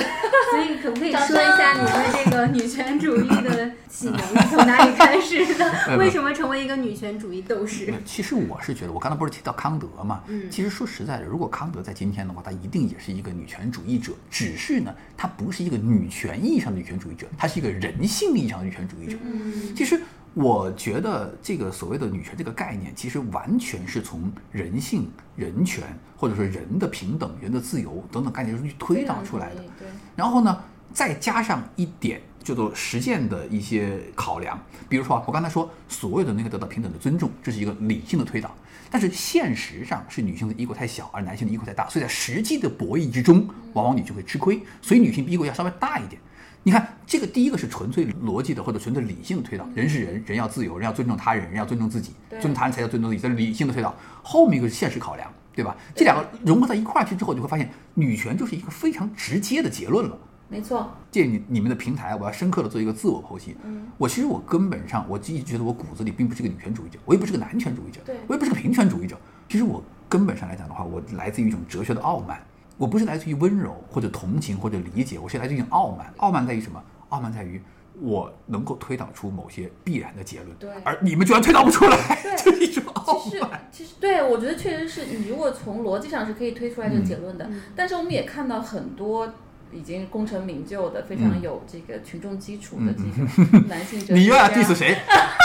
所以可不可以说一下你对这个女权主义的启蒙是从哪里开始 哎的？为什么成为一个女权主义斗士？其实我是觉得，我刚才不是提到康德嘛，嗯其实说实在的，如果康德在今天的话，他一定也是一个女权主义者，只是呢，他不是一个女权意义上的女权主义者，他是一个人性意义上的女权主义者。嗯其实我觉得这个所谓的女权这个概念，其实完全是从人性、人权或者说人的平等、人的自由等等概念中去推导出来的非。常同意，然后呢，再加上一点叫做实践的一些考量，比如说啊，我刚才说所有的那个得到平等的尊重，这是一个理性的推导，但是现实上是女性的 ego 太小，而男性的 ego 太大，所以在实际的博弈之中，往往你就会吃亏，所以女性 ego 要稍微大一点。你看，这个第一个是纯粹逻辑的或者纯粹理性的推导，人是人，人要自由，人要尊重他人，人要尊重自己，对尊重他人才叫尊重自己，这是理性的推导。后面一个是现实考量，对吧？这两个融合在一块儿去之后，你会发现女权就是一个非常直接的结论了。对，没错，借你你们的平台，我要深刻的做一个自我剖析。我其实我根本上，我一直觉得我骨子里并不是个女权主义者，我也不是个男权主义者对，我也不是个平权主义者。其实我根本上来讲的话，我来自于一种哲学的傲慢，我不是来自于温柔或者同情或者理解，我是来自于一种傲慢。傲慢在于什么？傲慢在于我能够推导出某些必然的结论，对而你们居然推导不出来，对这 是一哦种傲其实慢。其实对我觉得确实是你如果从逻辑上是可以推出来这个结论的，嗯但是我们也看到很多。已经功成名就的，非常有这个群众基础的这个男性哲学家，你又要 diss 谁？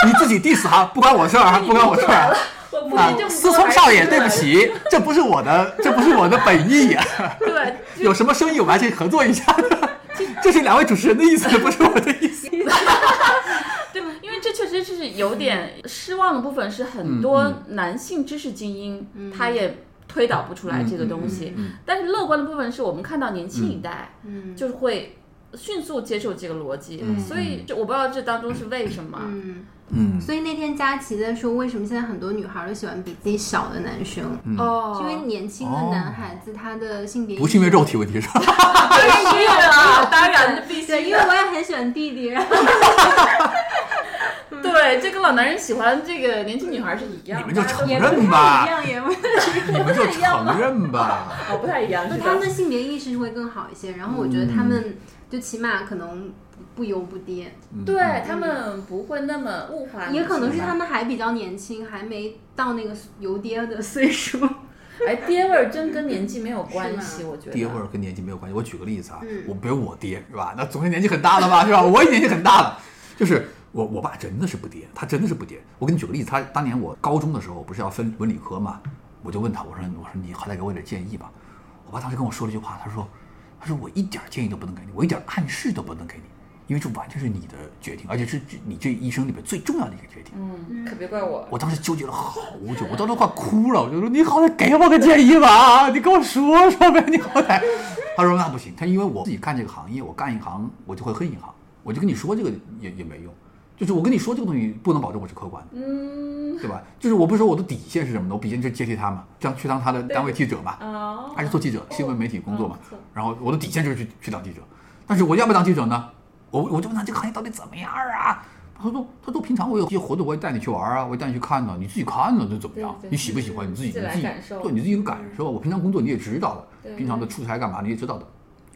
你自己 diss 哈，不关我事儿啊，不关我事儿啊。我不啊是这，么思说聪还是少爷，对不起，这不是我的，这不是我的本意 呀、对，有什么生意我们还可以合作一下的。这是两位主持人的意思，不是我的意思。对，因为这确确实就是有点嗯失望的部分是很多男性知识精英、嗯他也推导不出来这个东西，嗯但是乐观的部分是我们看到年轻一代，嗯就是会迅速接受这个逻辑，所以就我不知道这当中是为什么。嗯， 嗯，所以那天佳琪在说，为什么现在很多女孩都喜欢比自己小的男生？哦因为年轻的男孩子他的性嗯别哦不是因为肉体问题是吧？ 当然了，当然必须的对，因为我也很喜欢弟弟，然后对这跟老男人喜欢这个年轻女孩是一样，你们就大家都承也不太认一吧，样，也不你们就承认吧。哦不太一样，不，是他吧们？的性别意识会更好一些。然后我觉得他们就起码可能不不优不低，嗯对他们不会那么物化，也可能是他们还比较年轻，还没到那个油爹的岁 数。 哎，爹味儿真跟年纪没有关是系，我觉得。爹味儿跟年纪没有关系。我举个例子啊，嗯我比如我爹是吧？那总是年纪很大了吧，是吧？我也年纪很大了，就是我我爸真的是不爹，他真的是不爹。我给你举个例子，他当年我高中的时候不是要分文理科嘛，我就问他，我说我说你好歹给我点建议吧。我爸当时跟我说了一句话，他说他说我一点建议都不能给你，我一点暗示都不能给你，因为这完全是你的决定，而且是你这一生里面最重要的一个决定。嗯，可别怪我。我当时纠结了好久，我当时都快哭了。我就说：“你好歹给我个建议吧，啊你跟我说说呗，你好歹。”他说：“那不行，他因为我自己干这个行业，我干一行我就会恨一行，我就跟你说这个也也没用，就是我跟你说这个东西不能保证我是客观的。”嗯，对吧？就是我不是说我的底线是什么呢？我底线就是接替他嘛，当去当他的单位记者嘛，哦，还是做记者，新闻媒体工作嘛嗯不错。然后我的底线就是去去当记者，但是我要不要当记者呢？我我就问他这个行业到底怎么样啊？他说他说平常我有一些活动，我也带你去玩啊，我也带你去看呢、你自己看呢、这怎么样对？对你喜不喜欢你自己自你来自己感受对你自己有感受。我平常工作你也知道的，对平常的出差干嘛你也知道的，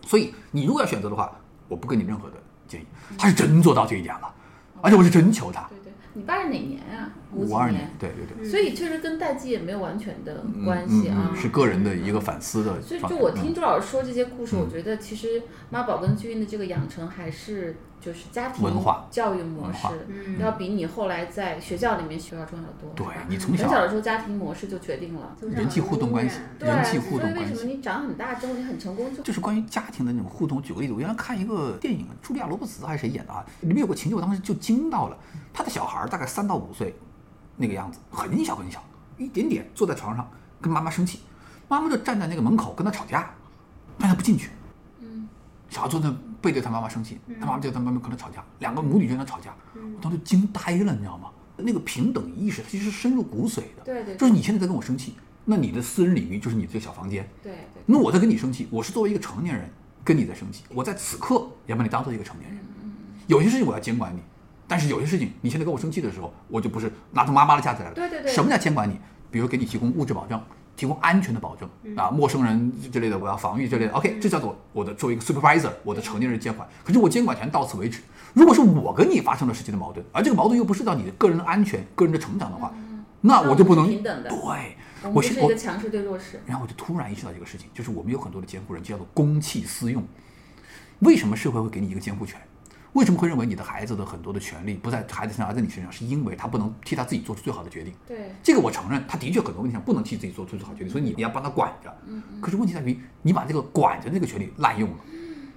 所以你如果要选择的话，我不给你任何的建议。他是真做到这一点了，而且我是真求他。对对，你爸是哪年啊？五几二年，，对对对。所以确实跟代际也没有完全的关系嗯啊嗯嗯，。是个人的一个反思的状态。所以，就我听嗯朱老师说这些故事，我觉得其实妈宝跟巨婴的这个养成还是就是家庭文化教育模式文化，要比你后来在学校里面学要重要得多。对是吧你从小嗯很小的时候家庭模式就决定了，人际互动关系，对，人际互所动以为关什么系。你长很大之后你很成功就就是关于家庭的那种互动。举个例子，我原来看一个电影，茱莉亚·罗伯茨还是谁演的啊？里面有个情节，我当时就惊到了。他的小孩儿大概三到五岁那个样子，很小很小，一点点坐在床上跟妈妈生气，妈妈就站在那个门口跟他吵架，但他不进去。小孩坐在背对他妈妈生气，他妈妈就在妈妈跟他吵架，两个母女就在那吵架，我当时惊呆了，你知道吗？那个平等意识，它其实是深入骨髓的。对对对就是你现在在跟我生气，那你的私人领域就是你这个小房间，对对。那我在跟你生气，我是作为一个成年人跟你在生气，我在此刻也把你当做一个成年人。有些事情我要监管你，但是有些事情你现在跟我生气的时候，我就不是拿出妈妈的架子来了。对对对什么叫监管你？比如给你提供物质保障，提供安全的保证嗯啊，陌生人之类的，我要防御之类的。OK，这叫做我的作为一个 supervisor，我嗯的成年人监管。可是我监管权到此为止。如果是我跟你发生了实际的矛盾，而这个矛盾又不是到你的个人的安全、个人的成长的话，那嗯那我就不我们能是平等的对，我我们就是一个强势对弱势，然后我就突然意识到一个事情，就是我们有很多的监护人就叫做公器私用。为什么社会会给你一个监护权？为什么会认为你的孩子的很多的权利不在孩子身上，而在你身上？是因为他不能替他自己做出最好的决定。对这个我承认，他的确很多问题上不能替自己做出最好决定，所以你你要帮他管着。可是问题在于，你把这个管着这个权利滥用了。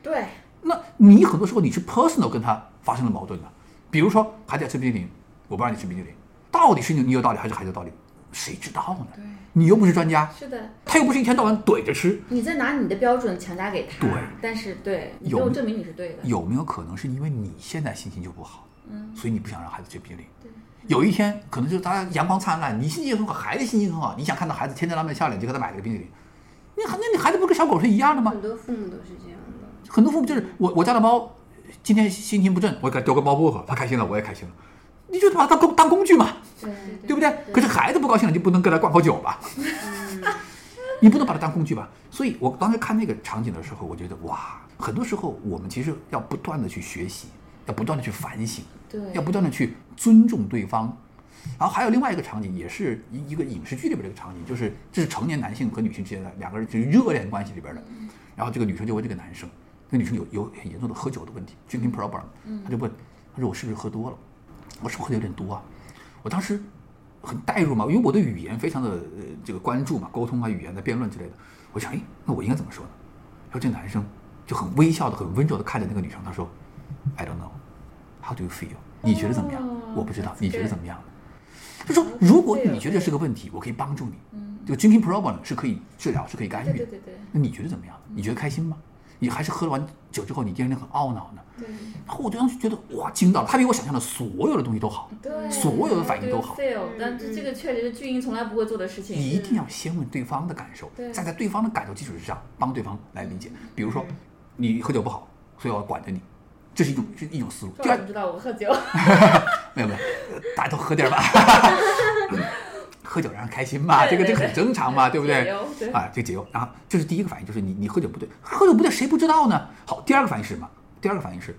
对，那你很多时候你是 personal 跟他发生了矛盾的，比如说孩子要吃冰淇淋，我不让你吃冰淇淋，到底是你有道理还是孩子有道理？谁知道呢？你又不是专家，是的，他又不是一天到晚怼着吃，你在拿你的标准强加给他，对但是对你有没有证明你是对的，有没有可能是因为你现在心情就不好，所以你不想让孩子去冰淋？有一天可能就是大家阳光灿烂，你心情很好，孩子心情很好，你想看到孩子天真烂漫的笑脸，就给他买了个冰淇淋。那孩那你孩子不跟小狗是一样的吗很？多父母都是这样的，很多父母就是我我家的猫今天心情不正，我给它丢个猫薄荷，它开心了我也开心了，你就把它当工当工具嘛，对对不对？嗯可是孩子不高兴了，你就不能跟他灌口酒吧？ 你不能把它当工具吧？所以我当时看那个场景的时候，我觉得哇，很多时候我们其实要不断的去学习，要不断的去反省，对要不断的去尊重对方。然后还有另外一个场景，也是一一个影视剧里边的一个场景，就是这是成年男性和女性之间的两个人就是热恋关系里边的，然后这个女生就问这个男生，这个女生有有很严重的喝酒的问题 （drinking problem），她就问，她说我是不是喝多了？我是不是喝的有点多啊？我当时很代入嘛，因为我对语言非常的呃这个关注嘛，沟通啊、语言的辩论之类的。我想，哎，那我应该怎么说呢？然后这个男生就很微笑的、很温柔的看着那个女生，他说：“I don't know, how do you feel？你觉得怎么样？我不知哦道，你觉得怎么样的？他说我，不如果会有你觉得是个问题，我可以帮助你，就 drinking problem 是可以治疗，是可以干嗯对预对的。对对那你觉得怎么样？你觉得开心吗？你还是喝了完酒之后，你第二天很懊恼呢？对然后我当时觉得哇，惊到了，他比我想象的所有的东西都好。对，嗯所有的反应都好 I do feel，但这这个确实是巨婴从来不会做的事情。你一定要先问对方的感受嗯对，再在对方的感受基础之上帮对方来理解。比如说，嗯你喝酒不好，所以我要管着你，这是一种是一种思路。赵第老二师，知道我喝酒， 没有没有，呃大家都喝点儿 吧，喝酒让人开心嘛，这对个这对个很正常嘛，对不解对忧？对啊，这个解忧。然后这是第一个反应，就是你你喝酒不对，喝酒不对谁不知道呢？好，第二个反应是什么？第二个反应是，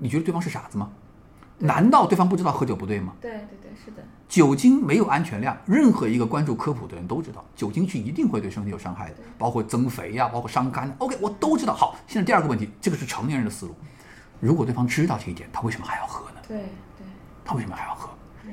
你觉得对方是傻子吗？难道对方不知道喝酒不对吗？对对对，是的，酒精没有安全量，任何一个关注科普的人都知道，酒精是一定会对身体有伤害的，包括增肥呀、包括伤肝。OK，我都知道。好，现在第二个问题，这个是成年人的思路。如果对方知道这一点，他为什么还要喝呢？对对他为什么还要喝？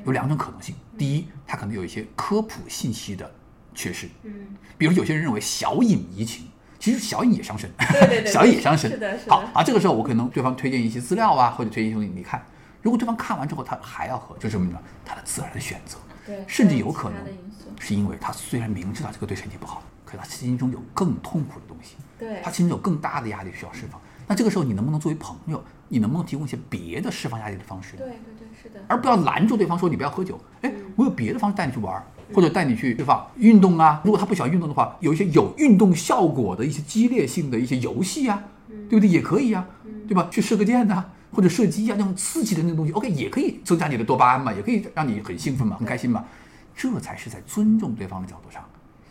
有两种可能性。嗯第一，他可能有一些科普信息的缺失，嗯比如有些人认为小饮怡情，其实小饮也伤身，对 对对，小饮也伤身。是的，是好的，啊，这个时候我可能对方推荐一些资料啊，或者推荐一些东西你看。如果对方看完之后他还要喝，这是什么呢？他的自然的选择，对，甚至还有其可他能的因素，是因为他虽然明知道这个对身体不好，可他心中有更痛苦的东西，对他心中有更大的压力需要释放。那这个时候你能不能作为朋友，你能不能提供一些别的释放压力的方式呢？对对对，是的，而不要拦住对方说你不要喝酒。哎，我有别的方式带你去玩儿，或者带你去释放运动啊。如果他不喜欢运动的话，有一些有运动效果的一些激烈性的一些游戏啊，对不对？也可以啊，对吧？去射个箭呐、或者射击啊，那种刺激的那种东西，OK，也可以增加你的多巴胺嘛，也可以让你很兴奋嘛，很开心嘛。这才是在尊重对方的角度上，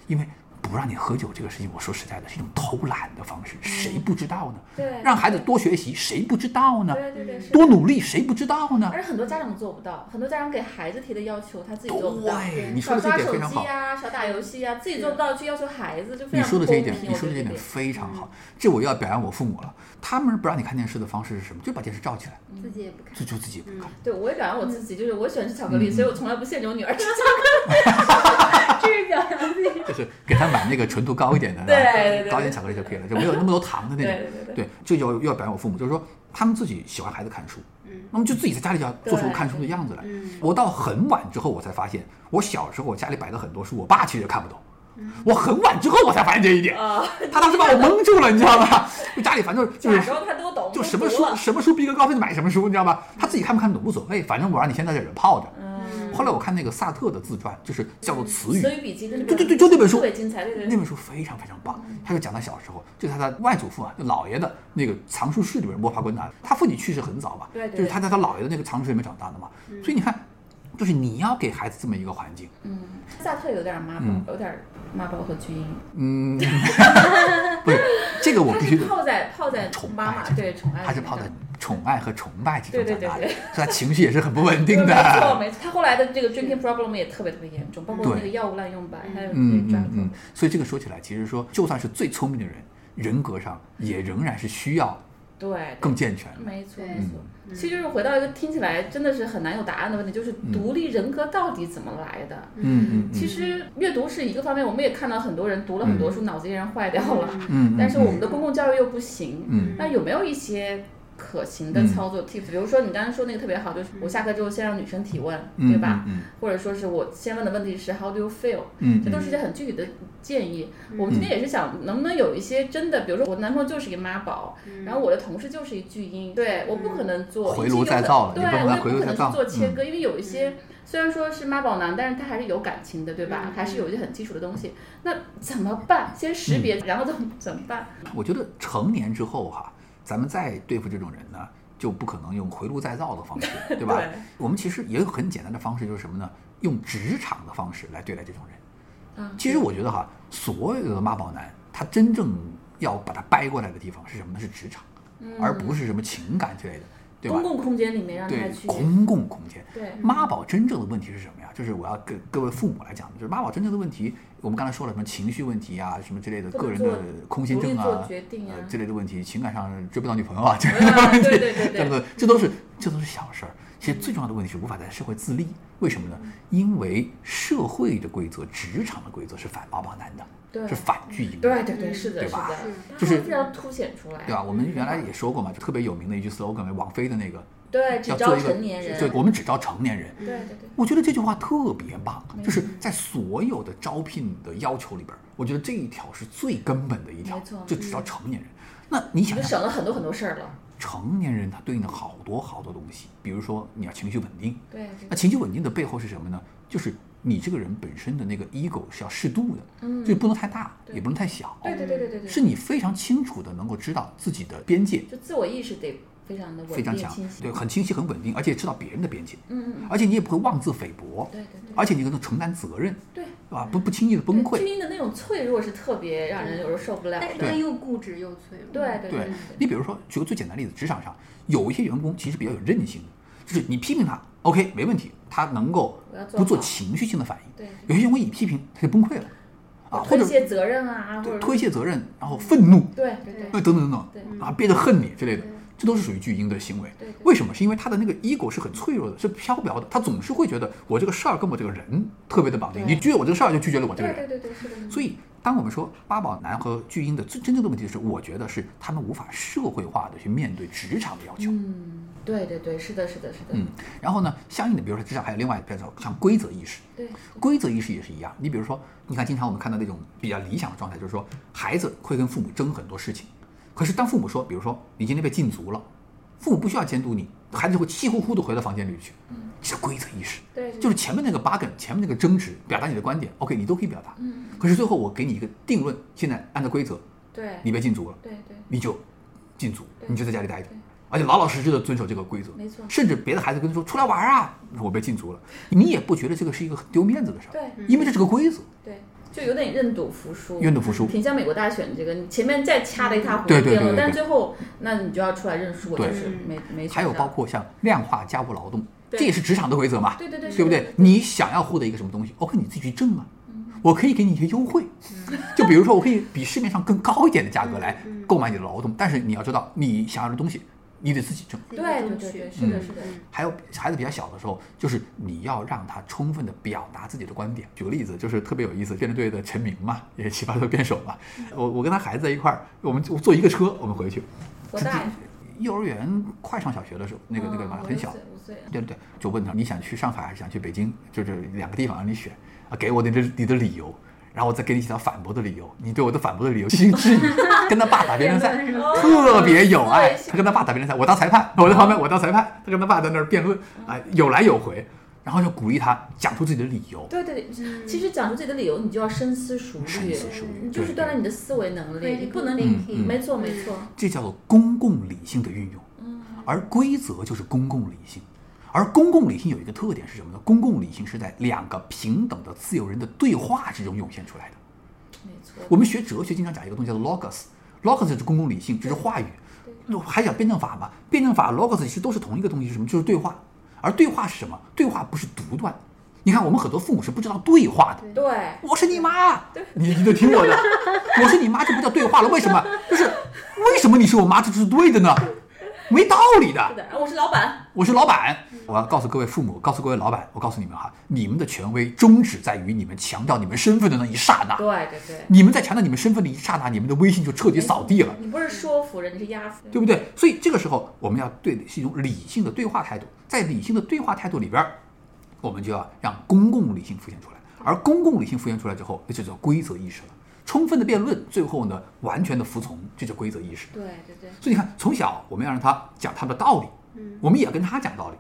因为不让你喝酒这个事情，我说实在的，是一种偷懒的方式，谁不知道呢？对，让孩子多学习，谁不知道呢？对对对，是的多努力，谁不知道呢？而且很多家长做不到，很多家长给孩子提的要求，他自己做不到。对，你说少的这刷点手非常机啊好。呀、少打游戏呀、啊自己做不到去要求孩子，就非你常说不的公这一平。点，你我说的觉这一得点嗯非常好，这我又要表扬我父母了。他们表扬你看电视的方式是什么？就把电视罩起来，自己也不看就就自己不看。对，我也表扬我自己，就是我喜欢吃巧克 力，所以我从来不限制我女儿吃巧克力。这是表扬自己，就是给他买那个纯度高一点的，对对对高一点巧克力就可以了，就没有那么多糖的那对种。对对对对，这就要要表扬我父母，就是说他们自己喜欢孩子看书，嗯，那么就自己在家里就要做出对看书的样子来。嗯我到很晚之后，我才发现，我小时候我家里摆了很多书，我爸其实也看不懂。嗯我很晚之后我才发现这一点，啊，他当时把我蒙住了，你知道吗？就家里反正就假是装他都懂，就都什么读书了什么书逼格高分就买什么书，你知道吧？他自己看不看懂无所谓，反正我让你先在这里泡着。嗯，后来我看那个萨特的自传，就是叫做《词语词》，语笔记，对对对对就那本书特别精彩，对对那对，本书非常非常棒。嗯他就讲他小时候，就是他的外祖父啊，就姥爷的那个藏书室里边摸爬滚打。他父亲去世很早嘛，对对对就是他在他姥爷的那个藏书室里面长大的嘛。所以你看，就是你要给孩子这么一个环境，嗯，萨特有点妈嗯宝，有点妈宝和巨婴，嗯，不是这个我 他必须是得泡在泡在崇妈拜妈这对宠爱，他是泡在。宠爱和崇拜之中对长对大的，对对所以他情绪也是很不稳 定的。没错没错，他后来的这个 drinking problem 也特别特别严重，包括对那个药物滥用吧，还有嗯这个嗯嗯，所以这个说起来，其实说就算是最聪明的人，人格上也仍然是需要对，更健全的。没错对没错。嗯其实就是回到一个听起来真的是很难有答案的问题，就是独立人格到底怎么来的？嗯嗯其实阅读是一个方面，我们也看到很多人读了很多书，脑子依然坏掉了，嗯，但是我们的公共教育又不行。嗯那有没有一些可行的操作 tips？比如说你刚才说那个特别好，就是我下课之后先让女生提问，嗯对吧？嗯或者说是我先问的问题是 How do you feel？嗯这都是一些很具体的建议。嗯我们今天也是想，能不能有一些真的，比如说我男朋友就是一个妈宝，嗯然后我的同事就是一巨婴，对，我不可能做回已经炉有再可造了对，你不能我也回不炉再可能造嗯去做切割，因为有一些虽然说是妈宝男，但是他还是有感情的，对吧嗯？还是有一些很基础的东西。那怎么办？先嗯识别，然后怎么怎么办？我觉得成年之后哈、咱们再对付这种人呢，就不可能用回炉再造的 方式，对吧？对我们其实也有很简单的方式，就是什么呢？用职场的方式来对待这种人。嗯其实我觉得哈，所有的妈宝男，他真正要把他掰过来的地方是什么呢？是职场，嗯而不是什么情感之类的，对吧？公共空间里面让他对去，公共空间。对嗯妈宝真正的问题是什么呀？就是我要跟各位父母来讲，就是妈宝真正的问题，我们刚才说了什么情绪问题啊，什么之类的，不能个人做的空心症独立做啊，决定啊呃之类的问题，情感上追不到女朋友啊，这啊类的问题，对对 对对这样的这都是这都是小事儿。其实最重要的问题是无法在社会自立，为什么嗯呢？因为社会的规则、职场的规则是反妈宝男对的，是反巨婴的。对对对，是的，对是的嗯吧，他就是非常凸显出来啊对。吧？我们原来也说过嘛，就特别有名的一句 slogan，王菲的那个对，只要招做一个成年人，对，我们只招成年人。对对对，我觉得这句话特别棒，没错就是在所有的招聘的要求里边儿，我觉得这一条是最根本的一条没错，嗯就只招成年人。那你你想就想，省了很多很多事儿了。成年人他对应的好多好多东西，比如说你要情绪稳定，对对那情绪稳定的背后是什么呢？就是你这个人本身的那个 ego 是要适度的，嗯，就不能太大，对也不能太小，对对对对对对，是你非常清楚的能够知道自己的边界就自我意识得非常的非稳常定强清，晰。对，很清晰、很稳定，而且知道别人的边界，嗯嗯，而且你也不会妄自菲薄，对对对而且你能承担责任，对。对吧？不不轻易的崩对溃巨。婴的那种脆弱是特别让人有时候受不了但的。是对他又固执又脆弱。对对对对你比如说，举个最简单的例子，职场上有一些员工其实比较有韧性的，就是你批评他，OK，没问题，他能够我要做不做好情绪性的反应。对有些员工一批评他就崩溃了，啊，或推者卸责任啊，或者对推卸责任，然后愤怒，对对对对，等等等对等，啊，憋着恨你之类的，这都是属于巨婴的行为对对。为什么？是因为他的那个 ego 是很脆弱的，是飘渺的，他总是会觉得我这个事儿跟我这个人特别的绑定，对你拒绝我这个事儿，就拒绝了我这个对人。对对对，是的，所以，当我们说八宝男和巨婴的最真正的问题是，我觉得是他们无法社会化的去面对职场的要求。嗯，对对对，是的，是的，是的，嗯，然后呢，相应的，比如说职场还有另外，比如说像规则意识，对，规则意识也是一样。你比如说，你看经常我们看到那种比较理想的状态，就是说孩子会跟父母争很多事情，可是当父母说，比如说你今天被禁足了，父母不需要监督你，孩子就会气呼呼的回到房间里去。这是规则意识，对就是前面那个 bargain，前面那个争执，表达你的观点，OK，你都可以表达。嗯，可是最后我给你一个定论，现在按照规则，对，你被禁足了，对对你就禁足，对你就在家里待着对，而且老老实实的遵守这个规则。没错甚至别的孩子跟你说出来玩儿啊，我被禁足了，你也不觉得这个是一个很丢面子的事儿，对嗯因为这是个规则。对，就有点认赌服输，愿赌服输挺像美国大选这个，你前面再掐的一塌糊涂，对对对对对但最后那你就要出来认输，我对就是没没选还有上包括像量化家务劳动，对这也是职场的规则嘛，对对对是对不的对是？的你想要获得一个什么东西，OK，你自己去挣啊。我可以给你一些优惠，就比如说我可以比市面上更高一点的价格来购买你的劳动，但是你要知道你想要的东西，你得自己挣。自己对对对争取对，是的，是的，嗯还有孩子比较小的时候，就是你要让他充分的表达自己的观点。举个例子，就是特别有意思，辩论队的陈明嘛，也是奇葩说辩手嘛。我我跟他孩子在一块儿，我们坐一个车，我们回去。多大呀？幼儿园快上小学的时候，那个那个嗯嘛五很六小岁，五岁，对对对，就问他你想去上海还是想去北京，就这两个地方让你选啊，给我你的你的理由，然后我再给你几条反驳的理由，你对我的反驳的理由进行质疑， 跟他爸打辩论 赛，特别有爱。他跟他爸打辩论赛，我当裁判， 我在旁边我当裁判，他跟他爸在那儿辩论，哎，有来有回，然后就鼓励他讲出自己的理由，对对对，其实讲出自己的理由，你就要深思熟深虑，思熟虑，嗯你就是对锻炼你的思维能力， Critical 你不能，嗯 thinking 没错没错，这叫做公共理性的运用。而规则就是公共理性，而公共理性有一个特点是什么呢？公共理性是在两个平等的自由人的对话之中涌现出来的。没错，我们学哲学经常讲一个东西叫做 logos，logos 就是公共理性，这是话语。还讲辩证法嘛？辩证法 logos 其实都是同一个东西，是什么？就是对话。而对话是什么？对话不是独断。你看，我们很多父母是不知道对话的。对。我是你妈，啊你你得听我的，我是你妈，这不叫对话了。为什么？就是为什么你是我妈，这是对的呢？没道理的是。的，然后我是老板，我是老板，我要告诉各位父母，告诉各位老板，我告诉你们哈，你们的权威终止在于你们强调你们身份的那一刹那。对对对，你们在强调你们身份的一刹那，你们的威信就彻底扫地了，你不是说服人，你是压服人。对不对？所以这个时候，我们要对的是一种理性的对话态度，在理性的对话态度里边儿，我们就要让公共理性浮现出来，而公共理性浮现出来之后，那就叫规则意识了。充分的辩论，最后呢，完全的服从，这叫规则意识。对对对，所以你看，从小我们要让他讲他的道理，我们也要跟他讲道理，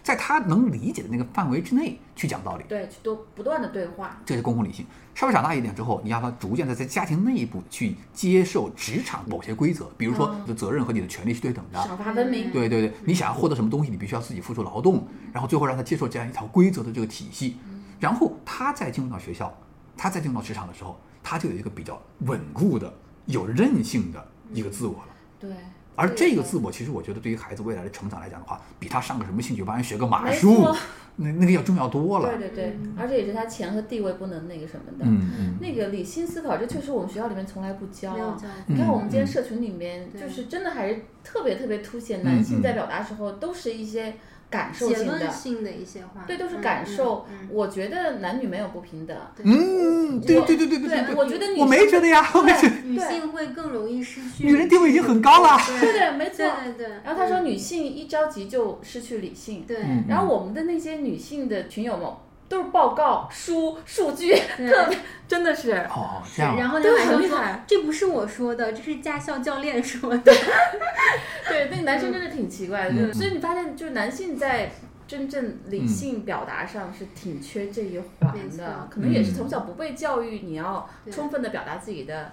在他能理解的那个范围之内去讲道理，对，去多不断的对话，这是公共理性。稍微长大一点之后，你让他逐渐的在家庭内部去接受职场某些规则，比如说你的责任和你的权利是对等的。赏罚分明。对对对，你想要获得什么东西，你必须要自己付出劳动，然后最后让他接受这样一条规则的这个体系，然后他再进入到学校，他再进入到职场的时候，他就有一个比较稳固的、有韧性的一个自我了。对而这个自我，其实我觉得对于孩子未来的成长来讲的话，比他上个什么兴趣班、学个马没术错，那那个要重要多了。对对对，而且也是他钱和地位不能那个什么的。嗯嗯，那个理性思考，这确实我们学校里面从来不教没有啊教。你看嗯我们今天嗯社群里面，就对是真的还是特别特别凸显嗯男性嗯在表达时候，都是一些感受结性论的，性的一些话，对，都是嗯感受。嗯我觉得男女没有不平等，嗯，对我对对对对对，我觉得女我没觉得呀，我没觉得，女对性会更容易失去，女人地位已经很高了对的，没错。对对对。然后他说，女性一着急就失去理性，对，嗯然后我们的那些女性的群友们都是报告、书、数据， 对特别真的是哦，这样啊然后对他还很会厉说害，这不是我说的，这是驾校教练说的。 对，那个男生真的挺奇怪的，嗯就是所以你发现，就是男性在真正理性表达上是挺缺这一环没错的，可能嗯也是从小不被教育，你要对充分的表达自己的。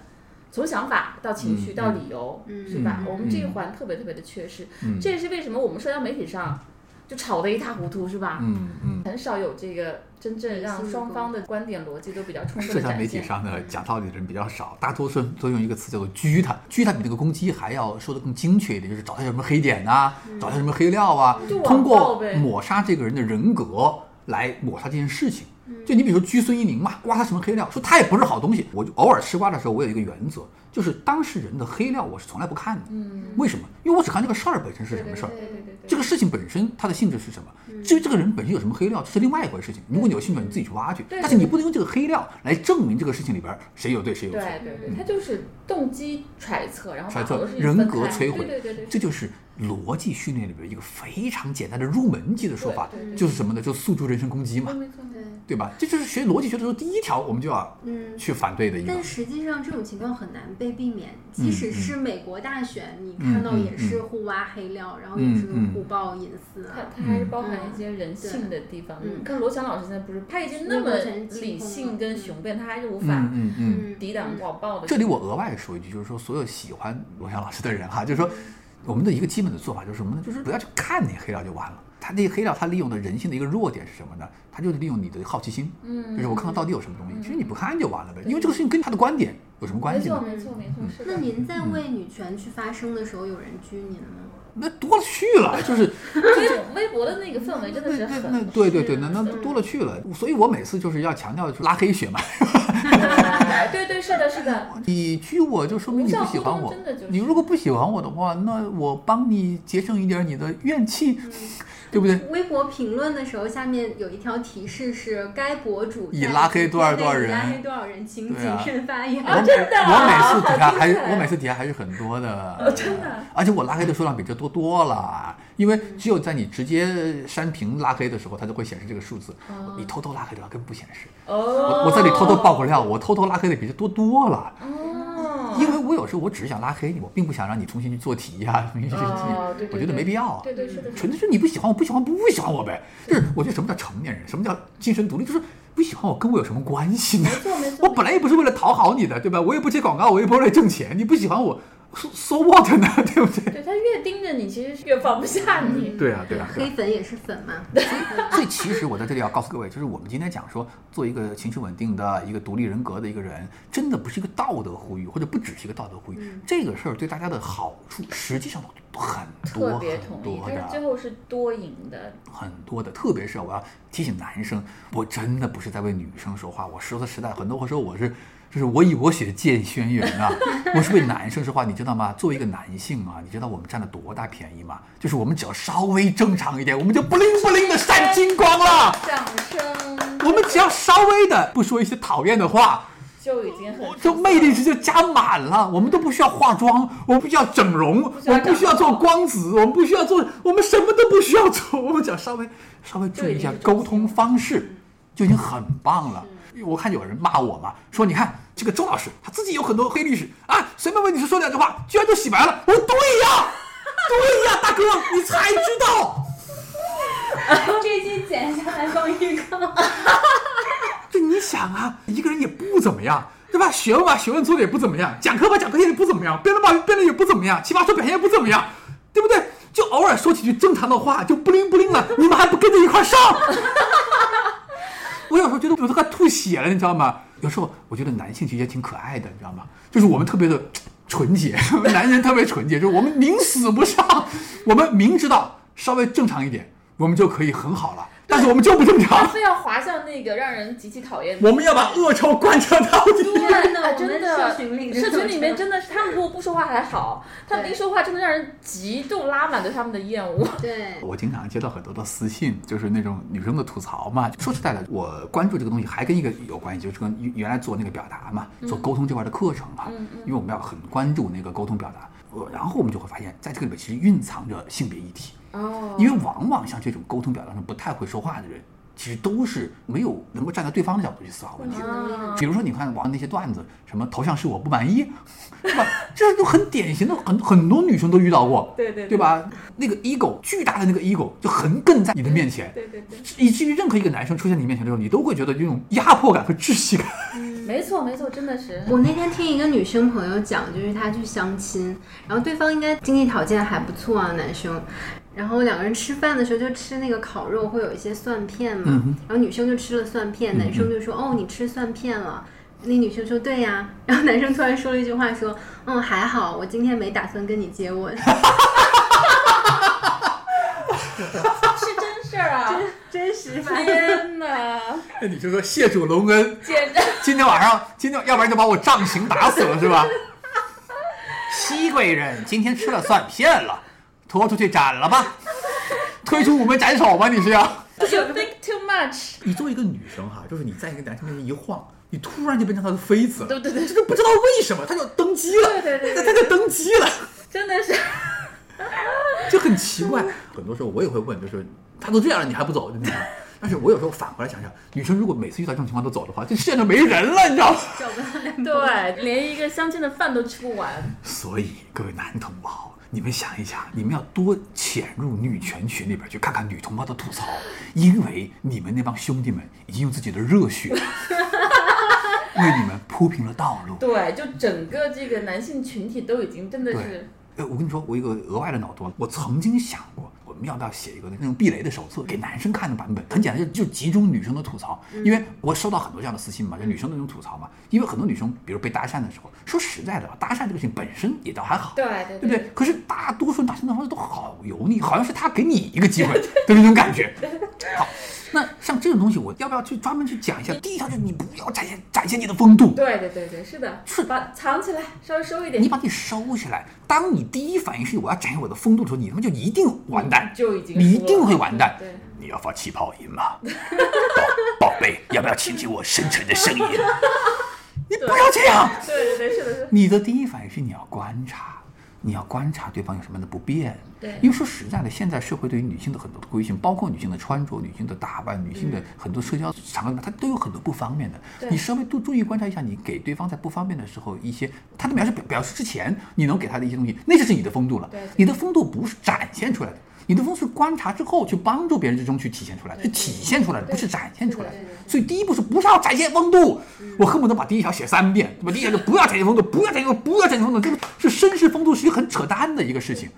从想法到情绪嗯到理由，嗯是吧？嗯我们这一环特别特别的缺失，嗯这也是为什么我们社交媒体上就吵得一塌糊涂，是吧？嗯嗯，很少有这个真正让双方的观点逻辑都比较充分社的交媒展体现。上的讲道理的人比较少，大多数都用一个词叫做“狙他”，狙他比那个攻击还要说的更精确一点，就是找他有什么黑点呐，找他有什么黑料啊嗯就，网通暴过呗抹杀这个人的人格来抹杀这件事情。嗯就你比如说狙孙一宁嘛，刮他什么黑料，说他也不是好东西。我就偶尔吃瓜的时候，我有一个原则，就是当事人的黑料我是从来不看的。嗯，为什么？因为我只看这个事儿本身是什么事儿。对对对对，这个事情本身它的性质是什么？嗯至于这个人本身有什么黑料，这是另外一回事情。如果你有兴趣，你自己去挖掘。对对但是你不能用这个黑料来证明这个事情里边谁有对谁有错。对对对，他就是动机揣测，然后把揣测很多事情人分格开摧毁对对对对，这就是逻辑训练里边一个非常简单的入门级的说法对对，对嗯就是什么呢？就诉诸人身攻击嘛，没错没错对，对吧？这就是学逻辑学的时候第一条我们就要嗯。去反对的一个。但实际上，这种情况很难被避免。即使是美国大选，你看到嗯嗯嗯嗯也是互挖黑料，然后也是互爆隐私它啊。它还是包含一些人性的地方。嗯你看罗翔老师现在不是，他已经那么理性跟雄辩，他还是无法嗯嗯嗯。嗯，抵挡网暴的。这里我额外说一句，就是说所有喜欢罗翔老师的人哈，就是说我们的一个基本的做法就是什么呢？就是不要去看那黑料就完了。他那黑料，他利用的人性的一个弱点是什么呢？他就利用你的好奇心，嗯就是我看看到底有什么东西。其实你不看就完了呗，因为这个事情跟他的观点有什么关没系错呢？没错没错，是那的。您在嗯为女权去发声的时候，有人拘您吗？那多了去了，就是微博微博的那个氛围真的是嗯那那很那对对对，那那多了去了。所以我每次就是要强调就是拉黑血脉，对对对，是的是的，你拒我就说明你不喜欢无效沟我通真的就。是你如果不喜欢我的话，那我帮你节省一点你的怨气，嗯对不对？ 微博评论的时候，下面有一条提示是该博主已拉黑多少多少人对已拉黑多少人，请对啊谨慎发言。我真的 啊我每次底下好精彩哦还是我每次底下还是很多的，真啊的。而且我拉黑的数量比这多多了，因为只有在你直接删屏拉黑的时候，它就会显示这个数字。你偷偷拉黑的话更不显示。哦我，我在里偷偷爆个料，我偷偷拉黑的比这多多了，哦，因为我有时候我只是想拉黑你，我并不想让你重新去做题呀、重新去哦对对记，我觉得没必要啊。对对是的，纯粹是你不喜欢我，不喜欢不喜欢我呗。就是我觉得什么叫成年人，什么叫精神独立，就是不喜欢我跟我有什么关系呢？ 错没错我本来也不是为了讨好你的，对吧？我也不接广告，我也不是为了挣钱。你不喜欢我，so so what 呢？ 对不对？对他越盯着你，其实是越放不下你。对啊，对啊，对啊黑粉也是粉嘛，所以其实我在这里要告诉各位，就是我们今天讲说，做一个情绪稳定的一个独立人格的一个人，真的不是一个道德呼吁，或者不只是一个道德呼吁。嗯这个事儿对大家的好处，实际上很多特别很同意多，但的是。最后是多赢的，很多的，特别是我要提醒男生，我真的不是在为女生说话，我说的实在，很多时候我是，就是我以我血荐轩辕啊，我是为男生说话，你知道吗？作为一个男性啊，你知道我们占了多大便宜吗？就是我们只要稍微正常一点，我们就不灵不灵的闪金光了，掌声我们只要稍微的不说一些讨厌的话，就已经很这魅力值就加满了，我们都不需要化妆，我们不需要整容，我们不需要做光子，我们不需要做，我们什么都不需要做，我们只要稍微稍微注意一下沟通方式，就已经很棒了。我看有人骂我嘛，说你看这个周老师他自己有很多黑历史啊，随便问你说两句话，居然就洗白了。我说对呀，对呀，大哥，你才知道。这期剪下来放预 告。就你想啊，一个人也不怎么样，对吧？学问吧，学问做的也不怎么样；讲课吧，讲课也不怎么样；辩论吧，辩论也不怎么样；奇葩说表现也不怎么样，对不对？就偶尔说几句正常的话，就不灵不灵了，你们还不跟着一块儿上？ 我有时候觉得我都快吐血了，你知道吗？有时候我觉得男性其实也挺可爱的，你知道吗？就是我们特别的纯洁， 男人特别纯洁，就是我们宁死不上，我们明知道稍微正常一点，我们就可以很好了。但是我们就不正他常，非要滑向那个让人极其讨厌的。我们要把恶臭贯彻到底。真我的，们真社的，群里社群里面真真的是，他们如果不说话还好，他们对一说话，真的让人极度拉满对他们的厌恶。对，我经常接到很多的私信，就是那种女生的吐槽嘛。说实在的，我关注这个东西还跟一个有关系，就是跟原来做那个表达嘛，做沟通这块的课程嘛，因为我们要很关注那个沟通表达。呃然后我们就会发现，在这个里面其实蕴藏着性别议题，哦因为往往像这种沟通表达上不太会说话的人，其实都是没有能够站在对方的角度去思考问题的。哦比如说，你看网上那些段子，什么头像是我不满意，对吧？这都很典型的，很很多女生都遇到过，对对对对吧？那个 ego 巨大的那个 ego 就横亘在你的面前，对对对，以至于任何一个男生出现你面前的时候，你都会觉得这种压迫感和窒息感。 没错没错，真的是。我那天听一个女生朋友讲，就是她去相亲，然后对方应该经济条件还不错啊，男生。然后两个人吃饭的时候就吃那个烤肉，会有一些蒜片嘛。嗯哼然后女生就吃了蒜片，男生就说：“哦，你吃蒜片了。”那女生说：“对呀、然后男生突然说了一句话，说：“嗯，还好，我今天没打算跟你接 吻。是真事儿啊！”真实吧？天哪，那 你就说谢主隆恩，简直！今天晚上，今天要不然就把我杖刑打死了，是吧？熹贵人今天吃了蒜片了，拖出去斩了吧，推出午门斩首吧，你是要？ You think too much。你作为一个女生哈，就是你在一个男生面前一晃，你突然就变成他的妃子对了，对对，这个不知道为什么他就登基了，对对对他就登基了，真的是。就很奇怪。很多时候我也会问，就是他都这样了，你还不走，真的。但是我有时候反过来想想，女生如果每次遇到这种情况都走的话，这世界上没人了，你知 道吗？对，连一个相亲的饭都吃不完。所以各位男同胞，你们想一想，你们要多潜入女权群里边去看看女同胞的吐槽，因为你们那帮兄弟们已经用自己的热 血为你们铺平了道路。对，就整个这个男性群体都已经真的对是，呃，我跟你说，我有一个额外的脑洞，我曾经想过，我们要不要写一个那种避雷的手册给男生看的版本？很简单，就就集中女生的吐槽，嗯因为我收到很多这样的私信嘛，就女生的那种吐槽嘛。因为很多女生，比如被搭讪的时候，说实在的吧，搭讪这个事情本身也倒还好，对对对不对？可是大多数男生的方式都好油腻，好像是他给你一个机会的那种感觉。好，那像这种东西，我要不要去专门去讲一下？第一条就是你不要展现展现你的风度，对对对对，是的，是把藏起来，稍微收一点你，把你收起来。当你第一反应是我要展现我的风度的时候，你他妈就一定完蛋，嗯就已经你一输了定会完蛋。对，你要发气泡音吗？ 宝宝贝，要不要听听我深沉的声音？ 你不要这样。对对对，是 的，是的，你的第一反应是你要观察，你要观察对方有什么样的不便。对因为说实在的，现在社会对于女性的很多的规训，包括女性的穿着、女性的打扮、女性的很多社交场合，它都有很多不方便的。嗯对你稍微多注意观察一下，你给对方在不方便的时候一些他的描述表表示之前，你能给他的一些东西，那就是你的风度了。对对你的风度不是展现出来的。你的风度是观察之后去帮助别人之中去体现出来的，是体现出来的，不是展现出来的对对对。所以第一步是不要展现风度，嗯我恨不得把第一条写三遍，对吧？第一条就不要展现风度，不要展现风度，不要展现风度，这个是绅士风度是一个很扯淡的一个事情。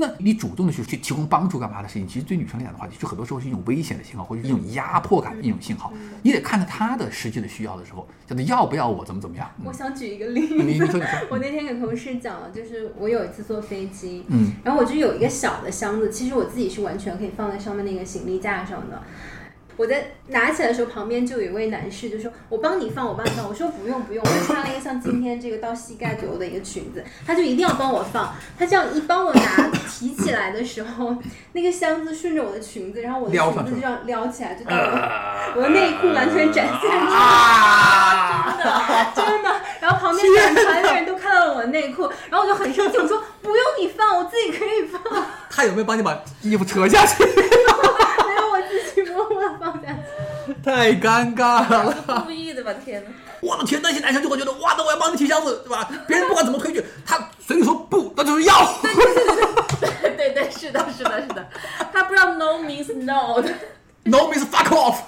那你主动的去去提供帮助干嘛的事情，其实对女生来讲的话，就很多时候是一种危险的信号，或者是一嗯种压迫感的一种信号。你得看到她的实际的需要的时候，叫做要不要我怎么怎么样。嗯 我想举一个例你你子，说你说，我那天给同事讲了，就是我有一次坐飞机，嗯，然后我就有一个小的箱子，其实我自己是完全可以放在上面那个行李架上的。我在拿起来的时候，旁边就有一位男士就说：“我帮你放，我帮你放。”我说：“不用不用。”我就穿了一个像今天这个到膝盖左右的一个裙子，他就一定要帮我放。他这样一帮我拿提起来的时候，那个箱子顺着我的裙子，然后我的撩上裙去呃子就这样撩起来，就到 我我的 内裤完全展现出来。啊！真的。然后旁边两排的人都看到了我的内裤，然后我就很生气，我说不用你放，我自己可以放，他有没有帮你把衣服扯下去？ 没有我自己默默放下去。太尴尬了。故意的吧？天哪！我的天，那些男生就会觉得哇，那我要帮你提箱子，对吧？别人不管怎么推拒，他嘴里说不，那就是要。对对对，是的，是的，是 的，他不知道 no means no 的。 No means fuck off。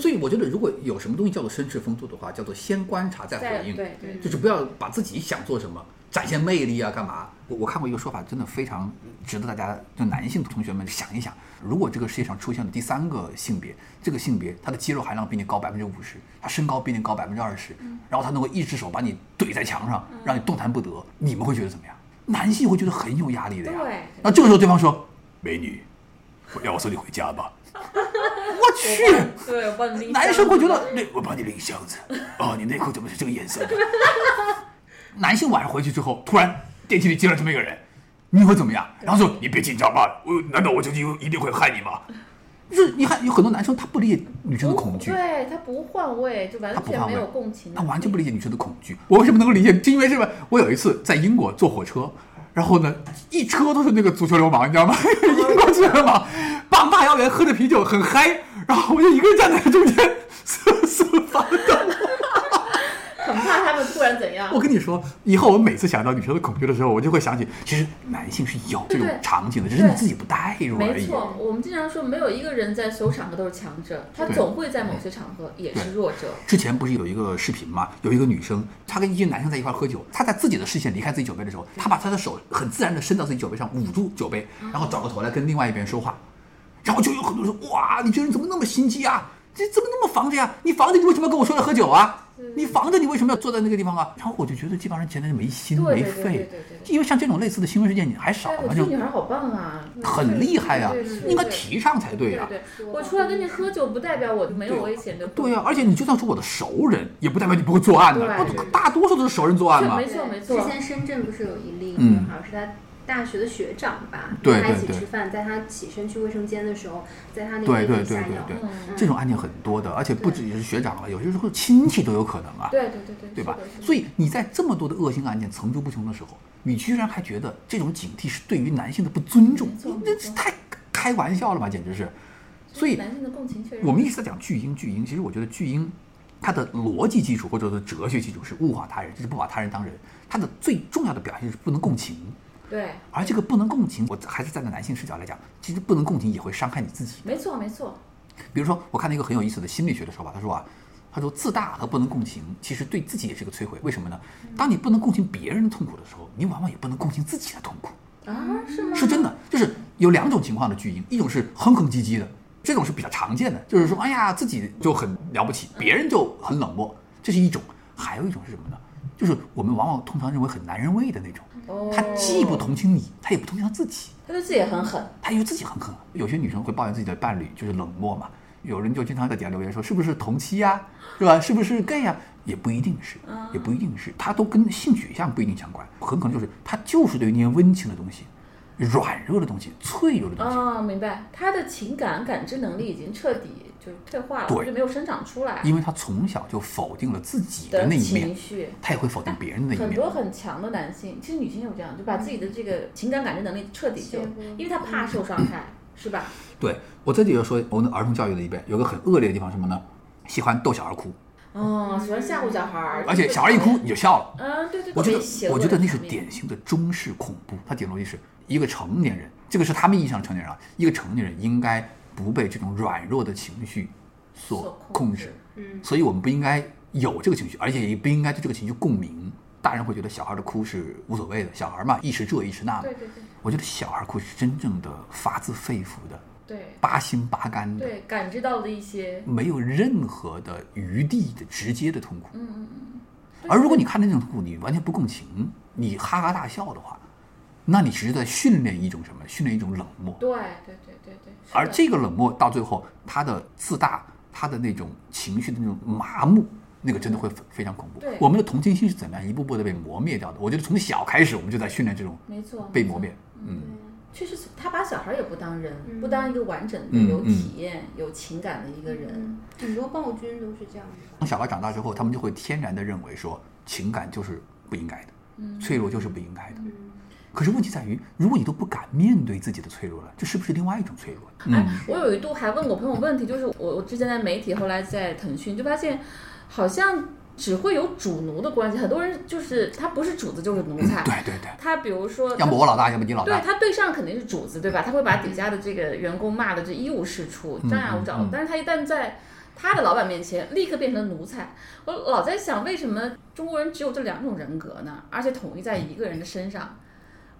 所 以我觉得，如果有什么东西叫做绅士风度的话，叫做先观察再在回应，对对就是不要把自己想做什么展现魅力啊，干嘛？我我看过一个说法，真的非常值得大家就男性同学们想一想，如果这个世界上出现了第三个性别，这个性别他的肌肉含量比你高百分之五十，他身高比你高百分之二十，嗯然后他能够一只手把你怼在墙上，让你动弹不得，你们会觉得怎么样？男性会觉得很有压力的呀。对那这个时候对方说：“美女，我要我送你回家吧。”去，对，我帮你拎箱子。 男生会觉得那我帮你拎箱子，哦，你内裤怎么是这个颜色的？ 男性晚上回去之后，突然电梯里进来这么一个人，你会怎么样？然后说你别紧张吧，我难道我就就一定会害你吗？就是你看有很多男生他不理解女生的恐惧，对他不换位，就完他不全换没位有共情他能力。完全不理解女生的恐惧。我为什么能够理解？是因为什么？我有一次在英国坐火车，然后呢，一车都是那个足球流氓，你知道吗？ 英国足球流氓，傍大摇远喝着啤酒，很嗨，然后我就一个人站在中间瑟瑟发抖。很怕他们突然怎样我。跟你说，以后我每次想到女生的恐惧的时候，我就会想起，其实男性是有这种对对场景的，只是你对自己不带入而没已。啊错，我们经常说，没有一个人在所有场合都是强者，他对总会在某些场合也是弱者。之前不是有一个视频吗？有一个女生，她跟一些男生在一块儿喝酒，她在自己的视线离开自己酒杯的时候，她把她的手很自然的伸到自己酒杯上，捂住酒杯，嗯然后转过头来跟另外一边说话，然后就有很多人说：“哇，你这人怎么那么心机啊？这怎么那么防着呀？你防着你为什么要跟我说要喝酒啊？嗯你防着你为什么要坐在那个地方啊？”然后我就觉得这帮人简直是没心对没对对对肺对对，对因为像这种类似的新闻事件你还少哎，我吗？觉就得女孩好棒啊，很厉害呀、对对对对应该提倡才对呀、啊对对，我出来跟你喝酒，不代表我没有危险，对不对呀、而且你就算是我的熟人，也不代表你不会作案的，对不大多数都是熟人作案对嘛没。错没错之前深圳不是有一例嗯女孩，是她大学的学长吧，对跟她一对起对吃饭，在她起身去卫生间的时候，在她那对个对地对下对药。对，嗯这种案件很多的，而且不只是学长了，有些时候亲戚都有可能啊，对对对对，对吧是的是？的所以你在这么多的恶性案件层出不穷的时候，你居然还觉得这种警惕是对于男性的不尊重没，错你这没错太开玩笑了吧，简直是。所以男性的共情确实，我们一直在讲巨婴，巨婴，其实我觉得巨婴它的逻辑基础或者说哲学基础是物化他人，就是不把他人当人。它的最重要的表现是不能共情，对，而这个不能共情，我还是站在男性视角来讲，其实不能共情也会伤害你自己。没错没错，比如说，我看到一个很有意思的心理学的说法，他说啊，他说自大和不能共情，其实对自己也是个摧毁。为什么呢？当你不能共情别人的痛苦的时候，你往往也不能共情自己的痛苦。啊，是吗？是真的，就是有两种情况的巨婴，一种是哼哼唧唧的，这种是比较常见的，就是说，哎呀，自己就很了不起，别人就很冷漠，这是一种；还有一种是什么呢？就是我们往往通常认为很男人味的那种，哦他既不，同情你，他也不同情他自己，他对自己也很狠，他又自己很狠。有些女生会抱怨自己的伴侣就是冷漠嘛，有人就经常在底下留言说，是不是同妻呀、是吧？是不是 gay 呀、也不一定是，嗯也不一定是，他都跟性取向不一定相关，很可能就是他就是对于那些温情的东西。软弱的东西，脆弱的东西，哦，明白，他的情感感知能力已经彻底就是退化了，对就没有生长出来因为他从小就否定了自己的的那一情面，绪。他也会否定别人的那一很面。多很强的男性，其实女性也有这样，就把自己的这个情感感知能力彻底就切割，因为他怕受伤害，是吧？对我这里要说，我们的儿童教育的一边有个很恶劣的地方，什么呢？喜欢逗小孩哭，哦，喜欢吓唬小孩儿，而且小孩一哭，你就笑了。嗯，对对，对我觉得特别邪，恶我觉得那的是场面典型的中式恐怖。他顶多就是一个成年人，这个是他们意义上的成年人啊。一个成年人应该不被这种软弱的情绪所所控控制制，嗯所以我们不应该有这个情绪，而且也不应该对这个情绪共鸣。大人会觉得小孩的哭是无所谓的，小孩嘛，一时这一时那嘛。对对对我觉得小孩哭是真正的发自肺腑的、对八心八肝的，对，感知到的一些，没有任何的余地的直接的痛苦。嗯嗯嗯，而如果你看那种痛苦，你完全不共情，你哈哈大笑的话，那你只是在训练一种什么？训练一种冷漠。对对对对对，是而的这个冷漠到最后，他的自大，他的那种情绪的那种麻木，那个真的会非非常恐怖对。我们的同情心是怎么样一步步的被磨灭掉的？我觉得从小开始，我们就在训练这种没错被没磨错灭。嗯。确实，他把小孩也不当人，嗯不当一个完整的、嗯有嗯体验、有情感的一个人。嗯，很多暴君都是这样的。当小孩长大之后，他们就会天然的认为说，情感就是不应该的，嗯脆弱就是不应该的。可是问题在于，如果你都不敢面对自己的脆弱了，这是不是另外一种脆弱呢？嗯哎，我有一度还问过朋友问题，就是我我之前在媒体，后来在腾讯，就发现好像只会有主奴的关系，很多人就是他不是主子就是奴才。对对对，他比如说，要么我老大，要么你老对大。他对上肯定是主子，对吧？他会把底下的这个员工骂的这一无是处，张牙舞爪。嗯嗯但是他一旦在他的老板面前，立刻变成奴才。我老在想，为什么中国人只有这两种人格呢？而且统一在一个人的身上，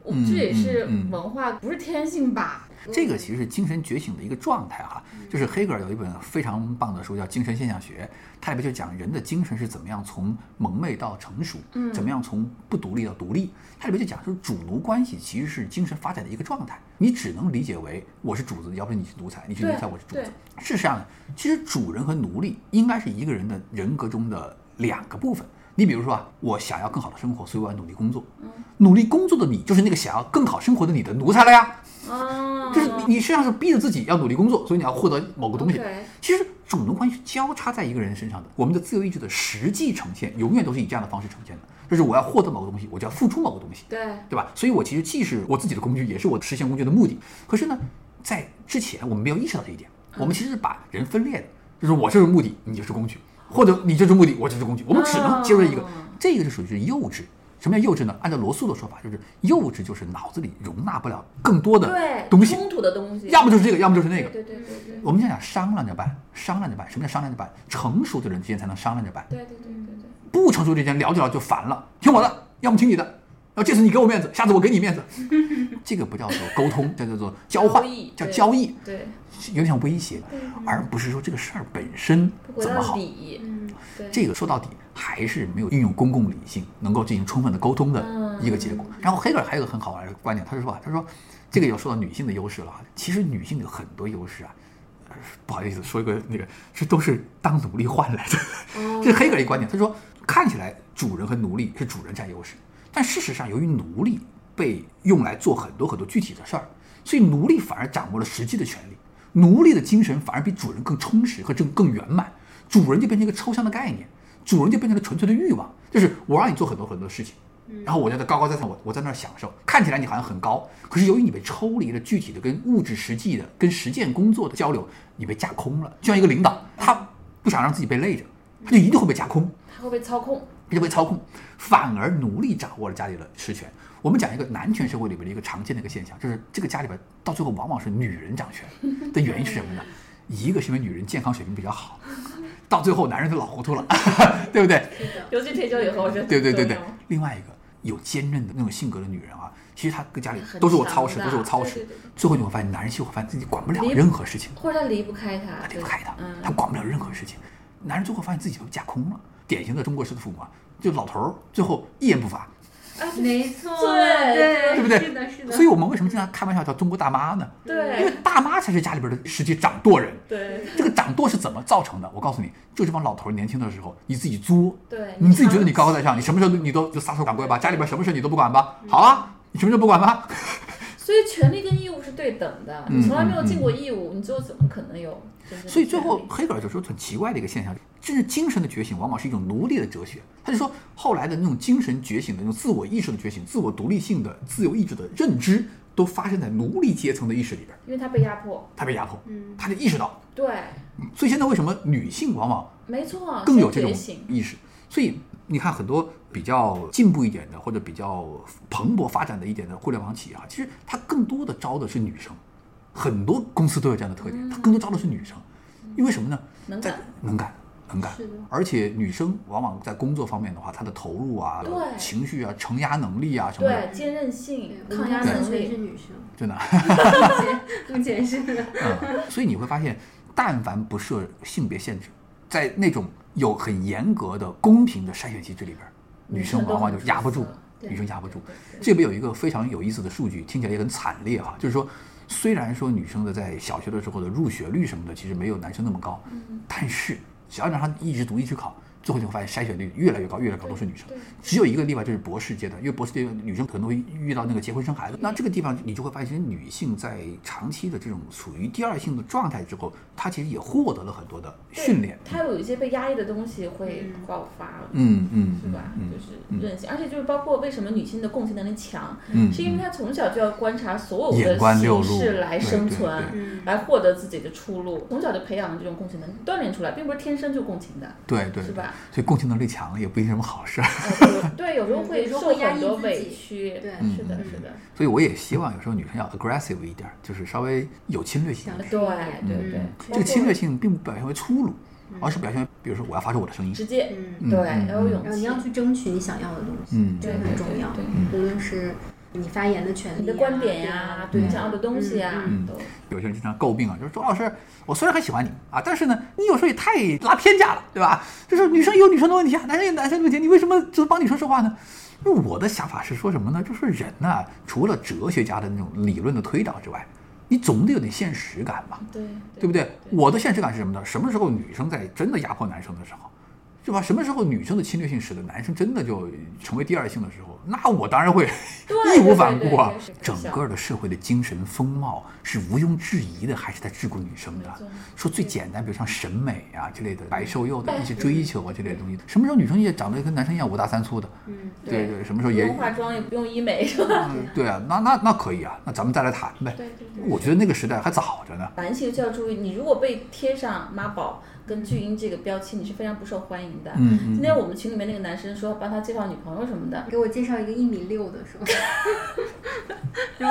我嗯这也是嗯嗯文化，不是天性吧？这个其实是精神觉醒的一个状态哈、嗯就是黑格尔有一本非常棒的书叫《精神现象学》，它里面就讲人的精神是怎么样从蒙昧到成熟，嗯怎么样从不独立到独立。它里面就讲说主奴关系其实是精神发展的一个状态，你只能理解为我是主子，要不然你是独裁，你是奴才，对我是主对子。事实上，其实主人和奴隶应该是一个人的人格中的两个部分。你比如说啊，我想要更好的生活，所以我要努力工作。嗯努力工作的你，就是那个想要更好生活的你的奴才了呀。哦，就是你，你实际上是逼着自己要努力工作，所以你要获得某个东西 OK。其实主奴关系是交叉在一个人身上的，我们的自由意志的实际呈现，永远都是以这样的方式呈现的，就是我要获得某个东西，我就要付出某个东西。对，对吧？所以我其实既是我自己的工具，也是我实现工具的目的。可是呢，在之前我们没有意识到这一点，我们其实是把人分裂的，就是我就是目的，你就是工具，或者你就是目的，我就是工具，我们只能接受一个哦，这个是属于是幼稚。什么叫幼稚呢？按照罗素的说法，就是幼稚就是脑子里容纳不了更多的对，东西，冲突的东西，要么就是这个，要么就是那个。对对对对我们想想商量着办，商量着办，什么叫商量着办？成熟的人之间才能商量着办。对对对对对。不成熟之间聊着聊着就烦了，听我的，要么听你的，然后这次你给我面子，下次我给你面子，这个不叫做沟通，这叫做交换交易，叫对交易，对，有点像威胁，而不是说这个事儿本身回怎么到好。底，嗯，对，这个说到底还是没有运用公共理性，能够进行充分的沟通的一个结果。然后黑格尔还有一个很好玩的观点，他是说啊，他说这个要说到女性的优势了啊，其实女性有很多优势啊。呃不好意思，说一个那个，这都是当奴隶换来的，这是黑格尔一个观点。他说，看起来主人和奴隶是主人占优势，但事实上，由于奴隶被用来做很多很多具体的事儿，所以奴隶反而掌握了实际的权利。奴隶的精神反而比主人更充实和更更圆满，主人就变成一个抽象的概念，主人就变成了纯粹的欲望，就是我让你做很多很多事情，然后我觉得高高在上，我我在那儿享受，看起来你好像很高，可是由于你被抽离了具体的跟物质实际的跟实践工作的交流，你被架空了。就像一个领导，他不想让自己被累着，他就一定会被架空。它会被操控，就被操控，反而奴隶掌握了家里的实权。我们讲一个男权社会里面的一个常见的一个现象，就是这个家里边到最后往往是女人掌权的原因是什么呢？ 一个是因为女人健康水平比较好，到最后男人就老糊涂了， 对不对？尤其退休以后，我觉得对对对很对重要。另外一个有坚韧的那种性格的女人啊，其实她跟家里很都是我强操持，大都是我操对持对对。最后你会发现，男人其实会发现自己管不了离任何事情。或者他离不开他，他离对不开他，他嗯，管不了任何事情。男人最后发现自己都架空了，典型的中国式的父母啊，就老头儿最后一言不发，啊没错，对对不对是的，是的。所以我们为什么经常开玩笑叫中国大妈呢？因为对大妈才是家里边的实际掌舵人。对这个掌舵是怎么造成的？我告诉你，就是帮老头儿年轻的时候你自己作，对，你自己觉得你高高在上，你什么事儿都你都就撒手掌柜吧，家里边什么事儿你都不管吧？好啊，你什么事儿不管吧？所以权利跟义务是对等的，嗯你从来没有尽过义务，你最后怎么可能有真正的权利？所以最后黑格尔就说很奇怪的一个现象，甚至精神的觉醒往往是一种奴隶的哲学。他就说后来的那种精神觉醒的那种自我意识的觉醒、自我独立性的自由意志的认知，都发生在奴隶阶层的意识里边，因为他被压迫，他被压迫，嗯他就意识到。嗯对，所以现在为什么女性往往没错，更有这哦先种觉醒，意识？所以你看很多比较进步一点的，或者比较蓬勃发展的一点的互联网企业啊，其实它更多的招的是女生，很多公司都有这样的特点，嗯它更多招的是女生，因为什么呢？能在感能干，能干是的。而且女生往往在工作方面的话，她的投入啊、对情绪啊、承压能力啊什么的，对坚韧性、对抗压我们能三全是力，女生，真的。目前是嗯，所以你会发现，但凡不设性别限制，在那种有很严格的公平的筛选机制里边儿，女生往往就压不住女生都很出，色女生压不住对对。对这边有一个非常有意思的数据，听起来也很惨烈哈、就是说，虽然说女生的在小学的时候的入学率什么的，其实没有男生那么高，嗯但是只要让她一直读一直考。最后就会发现筛选率越来越高，越来越高，都是女生对对。只有一个例外，就是博士阶段，因为博士阶段女生可能会遇到那个结婚生孩子。那这个地方你就会发现，女性在长期的这种处于第二性的状态之后，她其实也获得了很多的训练。他有一些被压抑的东西会爆发，嗯嗯，是吧？嗯就是韧性，而且就是包括为什么女性的共情能力强，嗯是因为她从小就要观察所有眼的观六形路式来生存对对，嗯来获得自己的出路，从小就培养这种共情能力，锻炼出来，并不是天生就共情的。对对对，是吧所以共情能力强了也不一定是什么好事儿。呃有 对，有时候嗯有会时候受会压很抑多自委己屈，对嗯是的，是的，所以我也希望有时候女生要 aggressive 一点儿，就是稍微有侵略性一想点得儿。对嗯对对，这个侵略性并不表现为粗鲁，嗯而是表现为，比如说我要发出我的声音。直接，嗯对，要有勇然后你气要，去争取你想要的东西，嗯这个很重要对对。无论是你发言的权利、啊、啊嗯你的观点呀、对你想要的东西啊呀，嗯都有些人经常诟病啊，就是周老师，我虽然很喜欢你啊，但是呢，你有时候也太拉偏架了，对吧？就是女生有女生的问题啊，男生有男生的问题，你为什么只帮女生说话呢？因为我的想法是说什么呢？就是人呐、除了哲学家的那种理论的推导之外，你总得有点现实感吧？对对不对？我的现实感是什么呢？什么时候女生在真的压迫男生的时候，是吧？什么时候女生的侵略性使得男生真的就成为第二性的时候，那我当然会对义无反顾啊对对对！整是是个的社会的精神风貌是毋庸置疑的，还是在桎梏女生的没错。说最简单，比如像审美啊之类的，白瘦幼的一些追求啊之类的东西，什么时候女生也长得跟男生一样五大三粗的？嗯，对对对，什么时不候也用化妆，也不用医美，是吧？嗯对啊，那那那可以啊，那咱们再来谈呗。对对对。我觉得那个时代还早着呢。男性就要注意，你如果被贴上妈宝跟巨婴这个标签，你是非常不受欢迎的。嗯嗯今天我们群里面那个男生说帮他介绍女朋友什么的，给我介绍一个一米六的 是吧？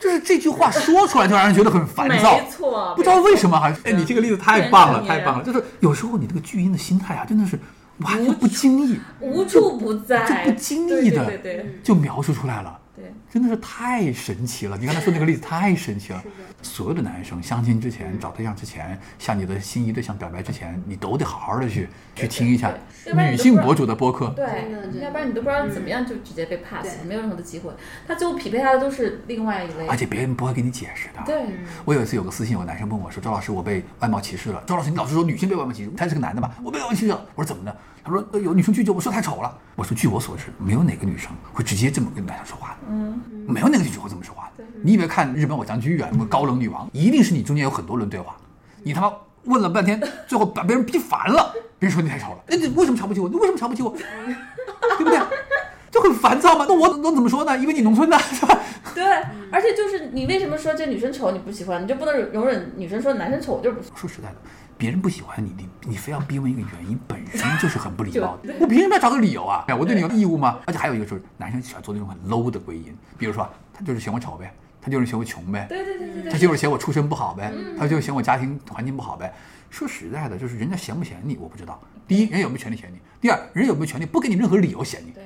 就是这句话说出来就让人觉得很烦躁没，错，不知道为什么还哎，你这个例子太棒了，对太棒了！就是有时候你这个巨婴的心态啊，真的是完全不经意，无处不在，就不经意的对对对对就描述出来了。对，真的是太神奇了！你刚才说那个例子太神奇了。所有的男生相亲之前、找对象之前、向你的心仪对象表白之前，你都得好好的去去听一下对要不然女你都性不知道博主的播客。真的真对，的要不然你都不知道怎么样就直接被 pass，、对没有任何的机会。他最后匹配他的都是另外一类，而且别人不会给你解释的。对，嗯我有一次有个私信，有个男生问我说：“周老师，我被外貌歧视了。”周老师，你老是说女性被外貌歧视，他是个男的嘛？我被外貌歧视了。我说怎么的？他说呃有女生拒绝我说太丑了。我说据我所知，没有哪个女生会直接这么跟男生说话的，嗯，没有哪个女生会这么说话的。你以为看日本偶像剧啊，什么高冷女王，一定是你中间有很多轮对话，你他妈问了半天，最后把别人逼烦了，别人说你太丑了，哎，你为什么瞧不起我？你为什么瞧不起我？ 对不对？就很烦躁嘛。那我能怎么说呢？因为你农村的， 是吧？对，而且就是你为什么说这女生丑你不喜欢，你就不能容忍女生说男生丑我就是不喜说实在的，别人不喜欢你，你你非要逼问一个原因，本 身就是很不礼貌的。我凭什么要找个理由啊？哎，我对你有义务吗？而且还有一个就是，男生喜欢做那种很 low 的归因，比如说他就是嫌我丑呗，他就是嫌我穷呗欢。，对对对对他对，就是嫌我出身不好呗，他就是嫌我家庭环境不好呗。说实在的，就是人家嫌不嫌你，我不知道。第一，人有没有权利嫌你；第二，人有没有权利不给你任何理由嫌你；对，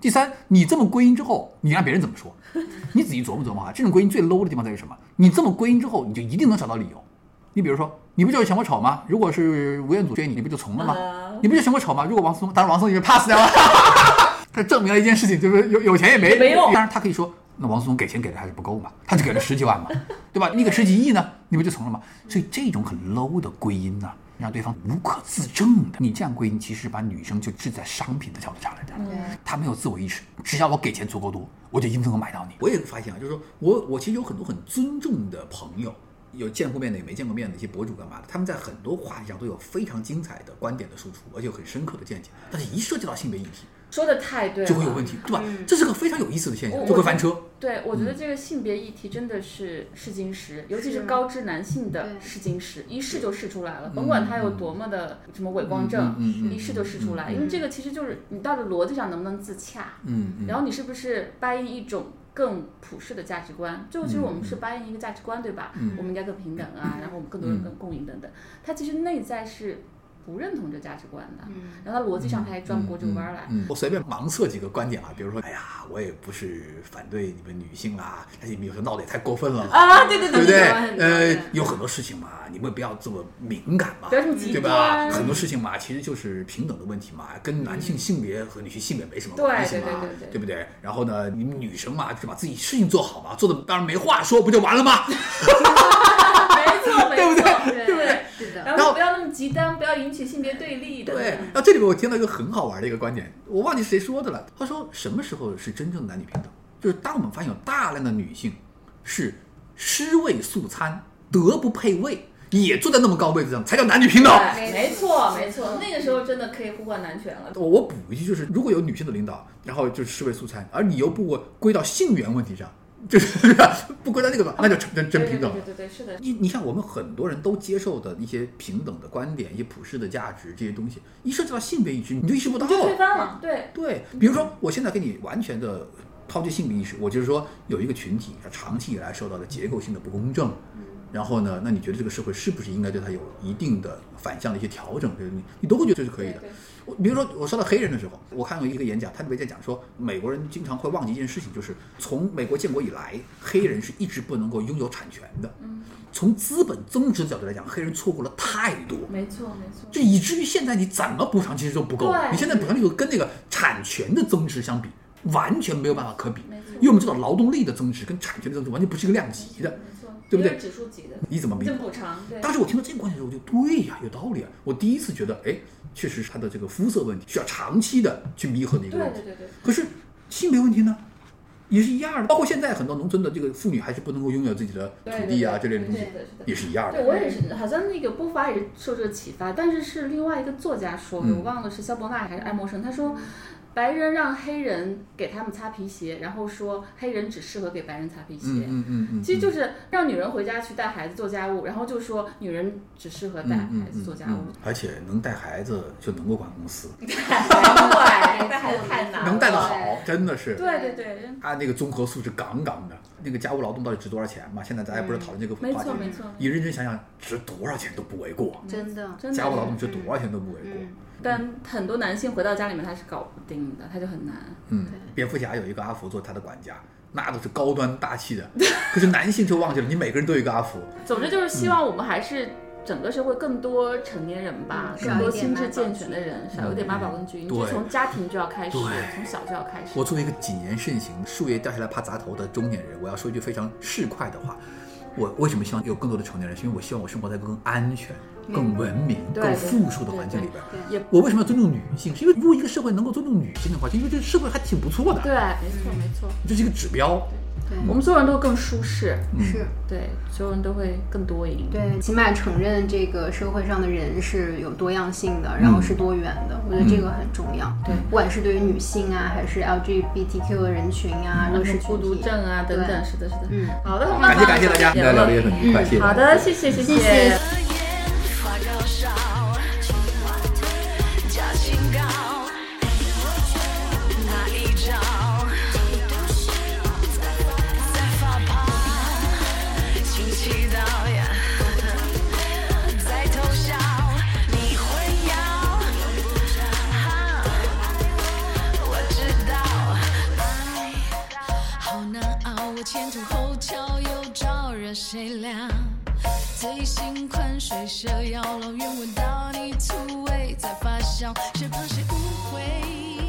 第三，你这么归因之后，你让别人怎么说？ 你仔细琢磨琢磨啊，这种归因最 low 的地方在于什么？你这么归因之后，你就一定能找到理由。你比如说，你不就是嫌我丑吗？如果是吴彦祖追你，你不就从了吗？啊你不就嫌我丑吗？如果王思聪，当然王思聪也被 pass 掉 了。他证明了一件事情，就是有有钱也没没用当然，他可以说，那王思聪给钱给的还是不够嘛，他只给了十几万 嘛，对吧？你给十几亿呢，你不就从了吗？所以这种很 low 的归因呢、让对方无可自证的，你这样归因，其实把女生就置在商品的角度上来的。 他没有自我意识，只要我给钱足够多，我就一定能够买到你。我也发现啊，就是说我我其实有很多很尊重的朋友，有见过面的也没见过面的一些博主干嘛的，他们在很多话题上都有非常精彩的观点的输出，而且有很深刻的见解，但是一涉及到性别议题说的太对了，啊嗯就会有问题，对吧？这是个非常有意思的现象，我就会翻车。对，我嗯觉得这个性别议题真的是试金石，尤其是是高知男性的对试金石，一试就试出来了，甭管他有多么的什么伪光正，嗯嗯嗯嗯嗯一试就试出来，因为这个其实就是你到底逻辑上能不能自洽，嗯嗯然后你是不是掰一种。更普世的价值观，最后其实我们嗯是掰一个价值观，对吧？我们应该更平等啊，然后我们更多人嗯更共赢等等。他其实内在是不认同这价值观的，然后他逻辑上他还转不过这个弯儿来。嗯，我随便盲测几个观点啊，比如说，哎呀，我也不是反对你们女性啊，但是你们有时候闹得也太过分了嘛，啊，对对对不对对，对？很多呃对，有很多事情嘛，你们不要这么敏感嘛不，要这么极对吧？端。很多事情嘛，其实就是平等的问题嘛，跟男性性别和女性性别没什么对关系嘛，对对对对不对？然后呢，你们女生嘛，就把自己事情做好嘛，做的当然没话说，不就完了吗？没错，没 错，对不对对是的，然后不要那么极端，不要引起性别对立的。 对。然后这里面我听到一个很好玩的一个观点，我忘记谁说的了，他说什么时候是真正的男女平等？就是当我们发现有大量的女性是尸位素餐，德不配位，也坐在那么高位子上，才叫男女平等。对，没错，没错，那个时候真的可以呼唤男权了。我我补一句，就是如果有女性的领导，然后就是视为素餐，而你又不归到性缘问题上，就是 不归到那个吧，那就 真真真平等对了。对对对，对是的。你你看，我们很多人都接受的一些平等的观点、一些普世的价值这些东西，一涉及到性别意识，你就意识不到。就推翻了，对，对，比如说我现在跟你完全的抛弃性别意识，我就是说有一个群体它长期以来受到了结构性的不公正，嗯然后呢，那你觉得这个社会是不是应该对它有一定的反向的一些调整？这个你你都会觉得这是可以的对对。我比如说我说到黑人的时候，我看过一个演讲，他特别在讲说，美国人经常会忘记一件事情，就是从美国建国以来，黑人是一直不能够拥有产权的。嗯从资本增值的角度来讲，黑人错过了太多。没错没错，就以至于现在你怎么补偿其实都不够了，对你现在补偿力度跟那个产权的增值相比，完全没有办法可比没错，因为我们知道劳动力的增值跟产权的增值完全不是一个量级的，没错，对不对一个指数级的，你怎么弥真补补？偿，对，当时我听到这个观点的时候，我就对呀，有道理啊！我第一次觉得，哎，确实是他的这个肤色问题需要长期的去弥合的一个对问对题。对对，可是性别问题呢，也是一样的，包括现在很多农村的这个妇女还是不能够拥有自己的对土地啊对这类的东西是，的是的也是一样的。对我也是，好像那个波伏娃也是受这个启发，但是是另外一个作家说的，嗯我忘了是肖伯纳还是爱默生，他说。白人让黑人给他们擦皮鞋，然后说黑人只适合给白人擦皮鞋。嗯嗯嗯嗯，其实就是让女人回家去带孩子做家务，然后就说女人只适合带孩子做家务嗯嗯。嗯而且能带孩子就能够管公司，哎对，带孩子太难了，能带得好，真的是。啊对对对，他那个综合素质杠杠的，那个家务劳动到底值多少钱嘛？现在大家不是讨论这个话嗯没题，错没错，你认真想想，值多少钱都不为过。真的，真的家务劳是。动值多少钱都不为过。嗯但很多男性回到家里面他是搞不定的，他就很难。嗯，蝙蝠侠有一个阿福做他的管家，那都是高端大气的。 可是男性就忘记了，你每个人都有一个阿福。总之就是嗯希望我们还是整个社会更多成年人吧，嗯更多少一点心妈智宝健全的人，少一点妈宝跟巨婴，嗯对就从家庭就要开始，对从小就要开始我。作为一个谨言慎行、树叶掉下来怕砸头的中年人，我要说一句非常市侩的话：我为什么希望有更多的成年人？是因为我希望我生活在更安全、更文明、对更对富庶的环境里边。对也我为什么要尊重女性？是因为如果一个社会能够尊重女性的话，就因为这个社会还挺不错对，的，没错没错，这是一个指标。嗯我们所有人都更舒适，对，是。对，所有人都会更多赢。对，起码承认这个社会上的人是有多样性的，然后是多元的，嗯我觉得这个很重要。对不管是对于女性啊，还是 LGBTQ 的人群啊，嗯弱势孤独群体症啊等等，对是的，是的。嗯好的，很棒感谢感谢大家，大家聊得也很愉快，谢谢大家。嗯好的，谢谢谢谢谢。的烟花绕烧，假清高，那一招在发泡，请祈祷呀，在偷笑，你会要，我知道，好难熬，我前凸后翘又招惹谁凉？醉心困睡蛇腰，老远闻到你醋味在发酵，谁怕谁误会？